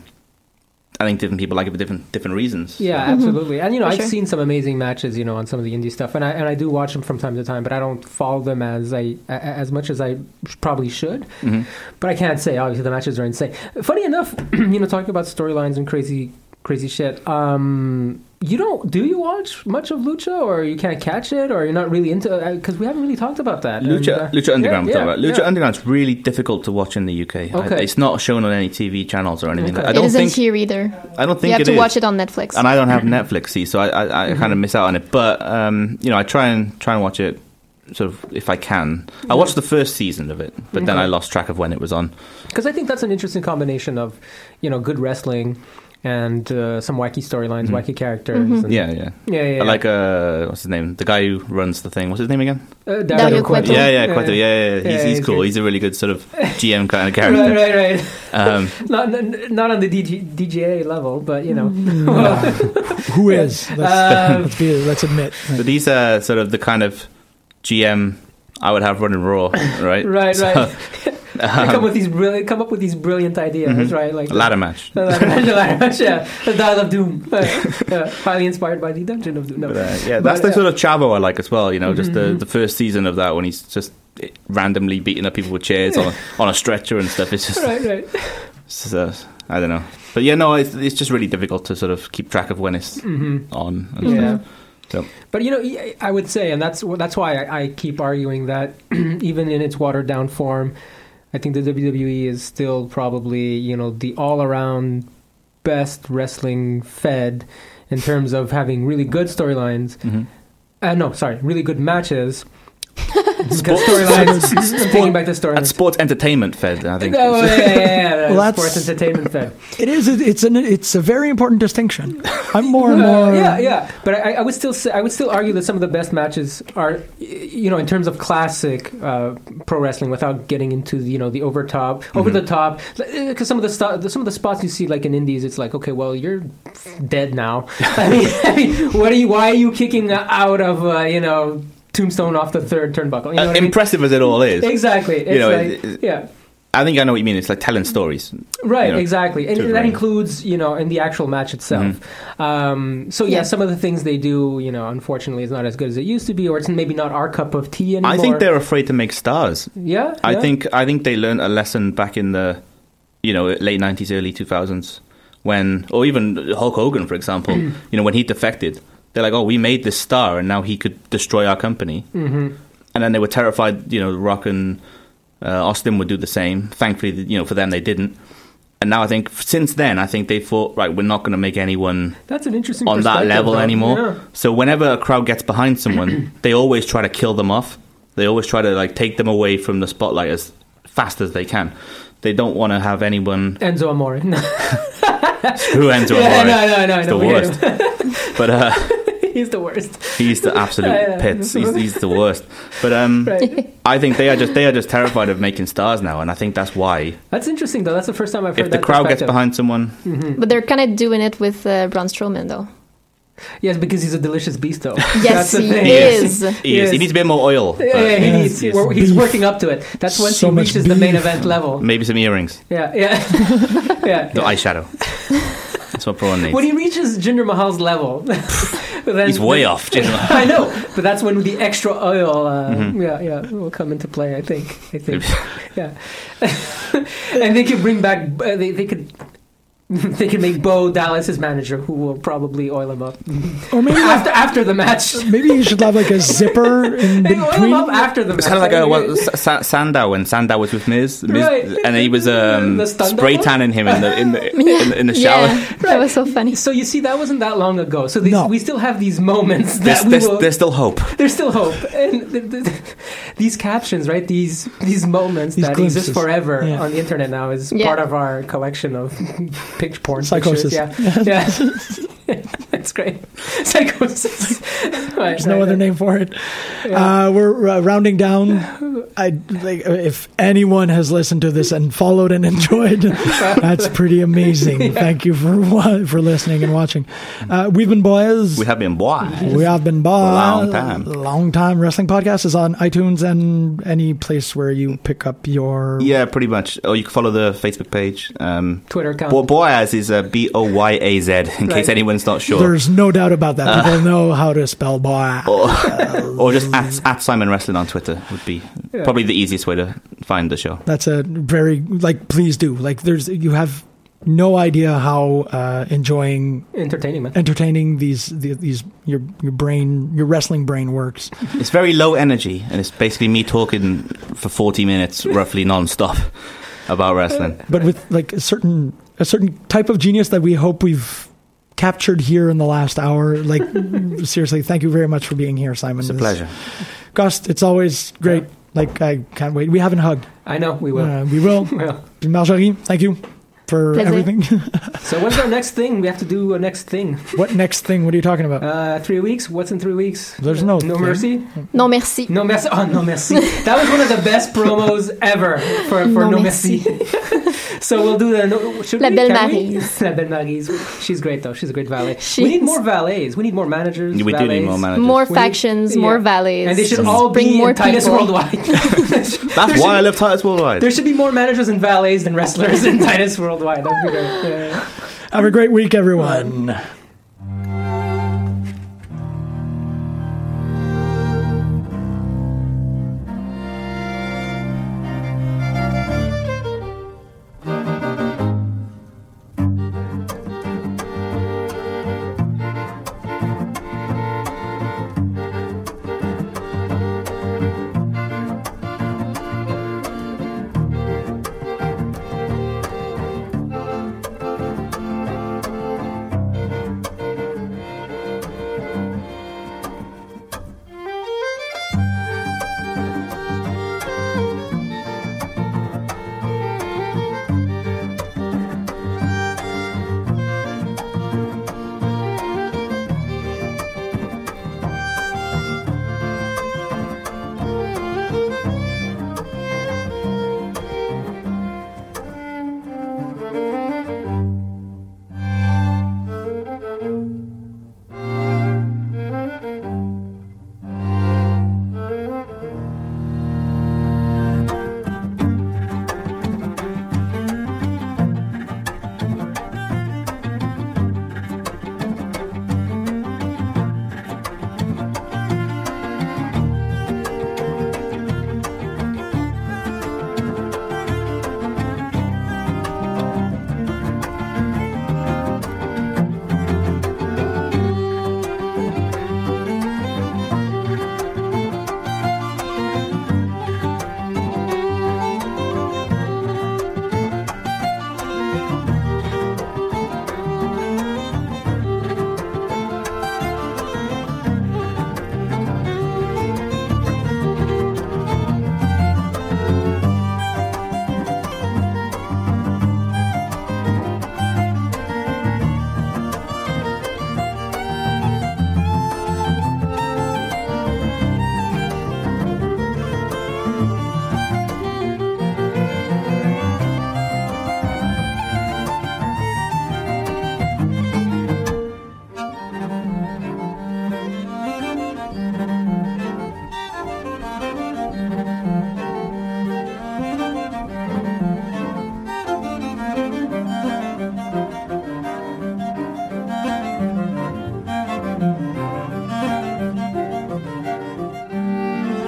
I think different people like it for different different reasons. Yeah, absolutely. And you know, Mm-hmm. For I've sure. seen some amazing matches, you know, on some of the indie stuff, and I and I do watch them from time to time, but I don't follow them as I a- as much as I sh- probably should. Mm-hmm. But I can't say obviously the matches are insane. Funny enough, <clears throat> you know, talking about storylines and crazy crazy shit. Um, you don't do you watch much of lucha, or you can't catch it, or you're not really into? Because we haven't really talked about that. Lucha, And, uh, Lucha Underground. yeah, we're talking yeah, about. Lucha yeah. Underground's really difficult to watch in the UK. I- Okay. it's not shown on any TV channels or anything. Okay. Like, I it don't isn't think. here either I don't think you have it to is. watch it on netflix and I don't have Netflix, see, so I, I, Mm-hmm. I kind of miss out on it. But um, you know, I try and try and watch it sort of if I can. I watched the first season of it, but then Okay. I lost track of when it was on. Because I think that's an interesting combination of, you know, good wrestling and uh, some wacky storylines, wacky characters. And, Mm-hmm. Yeah, yeah. yeah, yeah. I like uh, what's his name? The guy who runs the thing. What's his name again? uh, Dario, Dario Cueto. Yeah, yeah, Cueto. Yeah, yeah. yeah. Yeah, He's, he's he's cool. good. He's a really good sort of <laughs> GM kind of character. Right, right, right. <laughs> Um, Not, not not on the DG, DGA level, but you know. Mm-hmm. Who is? <laughs> Let's, Um, let's, be, let's admit. But these are sort of the kind of GM I would have running Raw, <laughs> right? Right, So, right. They come um, with these brilliant, come up with these brilliant ideas, right? Like Mm-hmm. <laughs> a <laughs> ladder match. The <laughs> ladder match, the ladder match, yeah. The Dial of Doom, <laughs> uh, yeah. highly inspired by the Dungeon of Doom. No. But, uh, yeah, But, that's the uh, Mm-hmm. sort of Chavo I like as well. You know, just the, the first season of that when he's just randomly beating up people with chairs on <laughs> on a stretcher and stuff. It's just, Right, right. it's just, uh, I don't know. But yeah, no, it's, it's just really difficult to sort of keep track of when it's on. And Mm. Yeah. stuff. So, But you know, I- I would say, and that's that's why I, I keep arguing that <clears throat> even in its watered down form, I think the WWE is still probably you know the all around best wrestling fed in terms of having really good storylines. Mm-hmm. Uh, no, sorry, really good <laughs> matches. because storylines, I'm taking back the that's storylines. sports entertainment fed, I think. Oh, <laughs> yeah, yeah, yeah, yeah. <laughs> Well, sports that's- entertainment fed. It is. It's an. It's a very important distinction. I'm more and Uh, <laughs> more. yeah, yeah. But I, I would still say, I would still argue that some of the best matches are, y- you know, in terms of classic uh, pro wrestling, without getting into you know the over top, Mm-hmm. over the top, because some of the sto- some of the spots you see like in indies, it's like okay, well you're dead now. <laughs> <laughs> I mean, I mean, what are you? Why are you kicking out of uh, you know tombstone off the third turnbuckle? You know Uh, what I mean? impressive as it all is, Exactly. It's know, like, it- it- yeah. I think I know what you mean. It's like telling stories. Right, you know, exactly, and to the Mm-hmm. that ring. includes you know in the actual match itself. Um, so yeah, Yeah. some of the things they do, you know, unfortunately, is not as good as it used to be, or it's maybe not our cup of tea anymore. I think they're afraid to make stars. yeah. I yeah. think I think they learned a lesson back in the you know late nineties, early two thousands, when or even Hulk Hogan, for example, you know when he defected, they're like, oh, we made this star, and now he could destroy our company. Mm-hmm. And then they were terrified. You know, Rock and uh, Austin would do the same. Thankfully, you know, for them they didn't. And now I think since then, I think they thought, right, we're not going to make anyone that's an interesting on that perspective, level though. anymore. Yeah. So whenever a crowd gets behind <clears throat> someone, they always try to kill them off. They always try to like take them away from the spotlight as fast as they can. They don't want to have anyone Enzo Amore. <laughs> No, who ends up <laughs> yeah, no, no, no, It's no, the we hate him. <laughs> worst. but uh, He's the worst. he's the Yeah, absolute yeah. pits. He's, he's the worst. But um, Right. I think they are just they are just terrified of making stars now, and I think that's why That's interesting though. That's the first time I've heard if the that crowd gets perspective. behind someone, but they're kind of doing it with uh, braun strowman though Yes, because he's a delicious beast, though. <laughs> Yes, he He is. He, is. Yes. he needs a bit more oil. but- Yeah, he Yes, needs, yes. we're- he's Beef. working up to it. That's once So he much reaches the main beef. event level. Maybe some earrings. Yeah, <laughs> yeah, yeah. The <laughs> eyeshadow. That's what Prawn needs. When he reaches Jinder Mahal's level, <laughs> then He's way off. <laughs> Jinder <laughs> Mahal. I know, but that's when the extra oil, uh, yeah, yeah, will come into play. I think. I think. yeah, and they could bring back. Uh, they, they could. <laughs> They could make Bo Dallas his manager, who will probably oil him up Or maybe, like, after after the match. maybe you should have like a zipper <laughs> in They oil him between. up after the match. It's kind of like I a, mean, well, S- Sa- Sandow when Sandow was with Miz, Miz Right. and he was <laughs> um, The Sandow spray one? tanning him in the in the, in, the- in the shower. Yeah, <laughs> that was so <laughs> funny. So you see, that wasn't that long ago. So these, No. we still have these moments that There's, we there's, will. there's still hope. there's still hope, <laughs> and th- th- th- these captions, right? These these moments These that glimpses. exist forever Yeah. on the internet now is Yeah. part of our collection of <laughs> picture porn. Psychosis. <laughs> Pictures. Yeah, yeah, <laughs> it's great. Psychosis. <laughs> There's no other name for it. Uh, we're uh, rounding down. I like uh, if anyone has listened to this and followed <laughs> and enjoyed, that's pretty amazing. Thank you for wa- for listening and watching. Uh, we've been boys. We have been wise. We have been boys. Long time. Long time. Wrestling podcast is on iTunes and any place where you pick up your. Yeah, pretty much. Or you can follow the Facebook page. Um, Twitter account. Bo- Boaz is uh, B O Y A Z, in case anyone's not sure. There's no doubt about that. People know how to spell boy. or, or just at, at Simon Wrestling on Twitter would be probably the easiest way to find the show. That's a very like. Please do like. There's you have no idea how uh, enjoying entertaining man. entertaining these the- these your your brain your wrestling brain works. It's very low energy, and it's basically me talking for 40 minutes, roughly non-stop, about wrestling. But with like a certain a certain type of genius that we hope we've captured here in the last hour. Like <laughs> seriously, thank you very much for being here, Simon. It's a pleasure. Gust, it's always great. Like I can't wait. We haven't hugged. I know we will. Uh, we will. Well, Marjorie, thank you for Plaisir. everything. so when's our next thing? We have to do a next thing. what next thing? What are you talking about? Uh, three weeks. What's in three weeks? There's no no thing. mercy. No, merci. No merci. Oh, no merci. <laughs> That was one of the best promos ever for, for No no, merci. <laughs> so we'll do the. No, should La we? Belle Can we? Maryse. La Belle Maryse. She's great, though. She's a great valet. She we need is. more valets. We need more managers. We do valets. need more managers. More We- factions, yeah. more valleys. And they should Just all bring be more in Titus people. Worldwide. <laughs> That's why I love Titus Worldwide. there should be more managers and valets than wrestlers in Titus Worldwide. That'd be great. Yeah. Have a great week, everyone.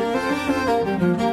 Bye.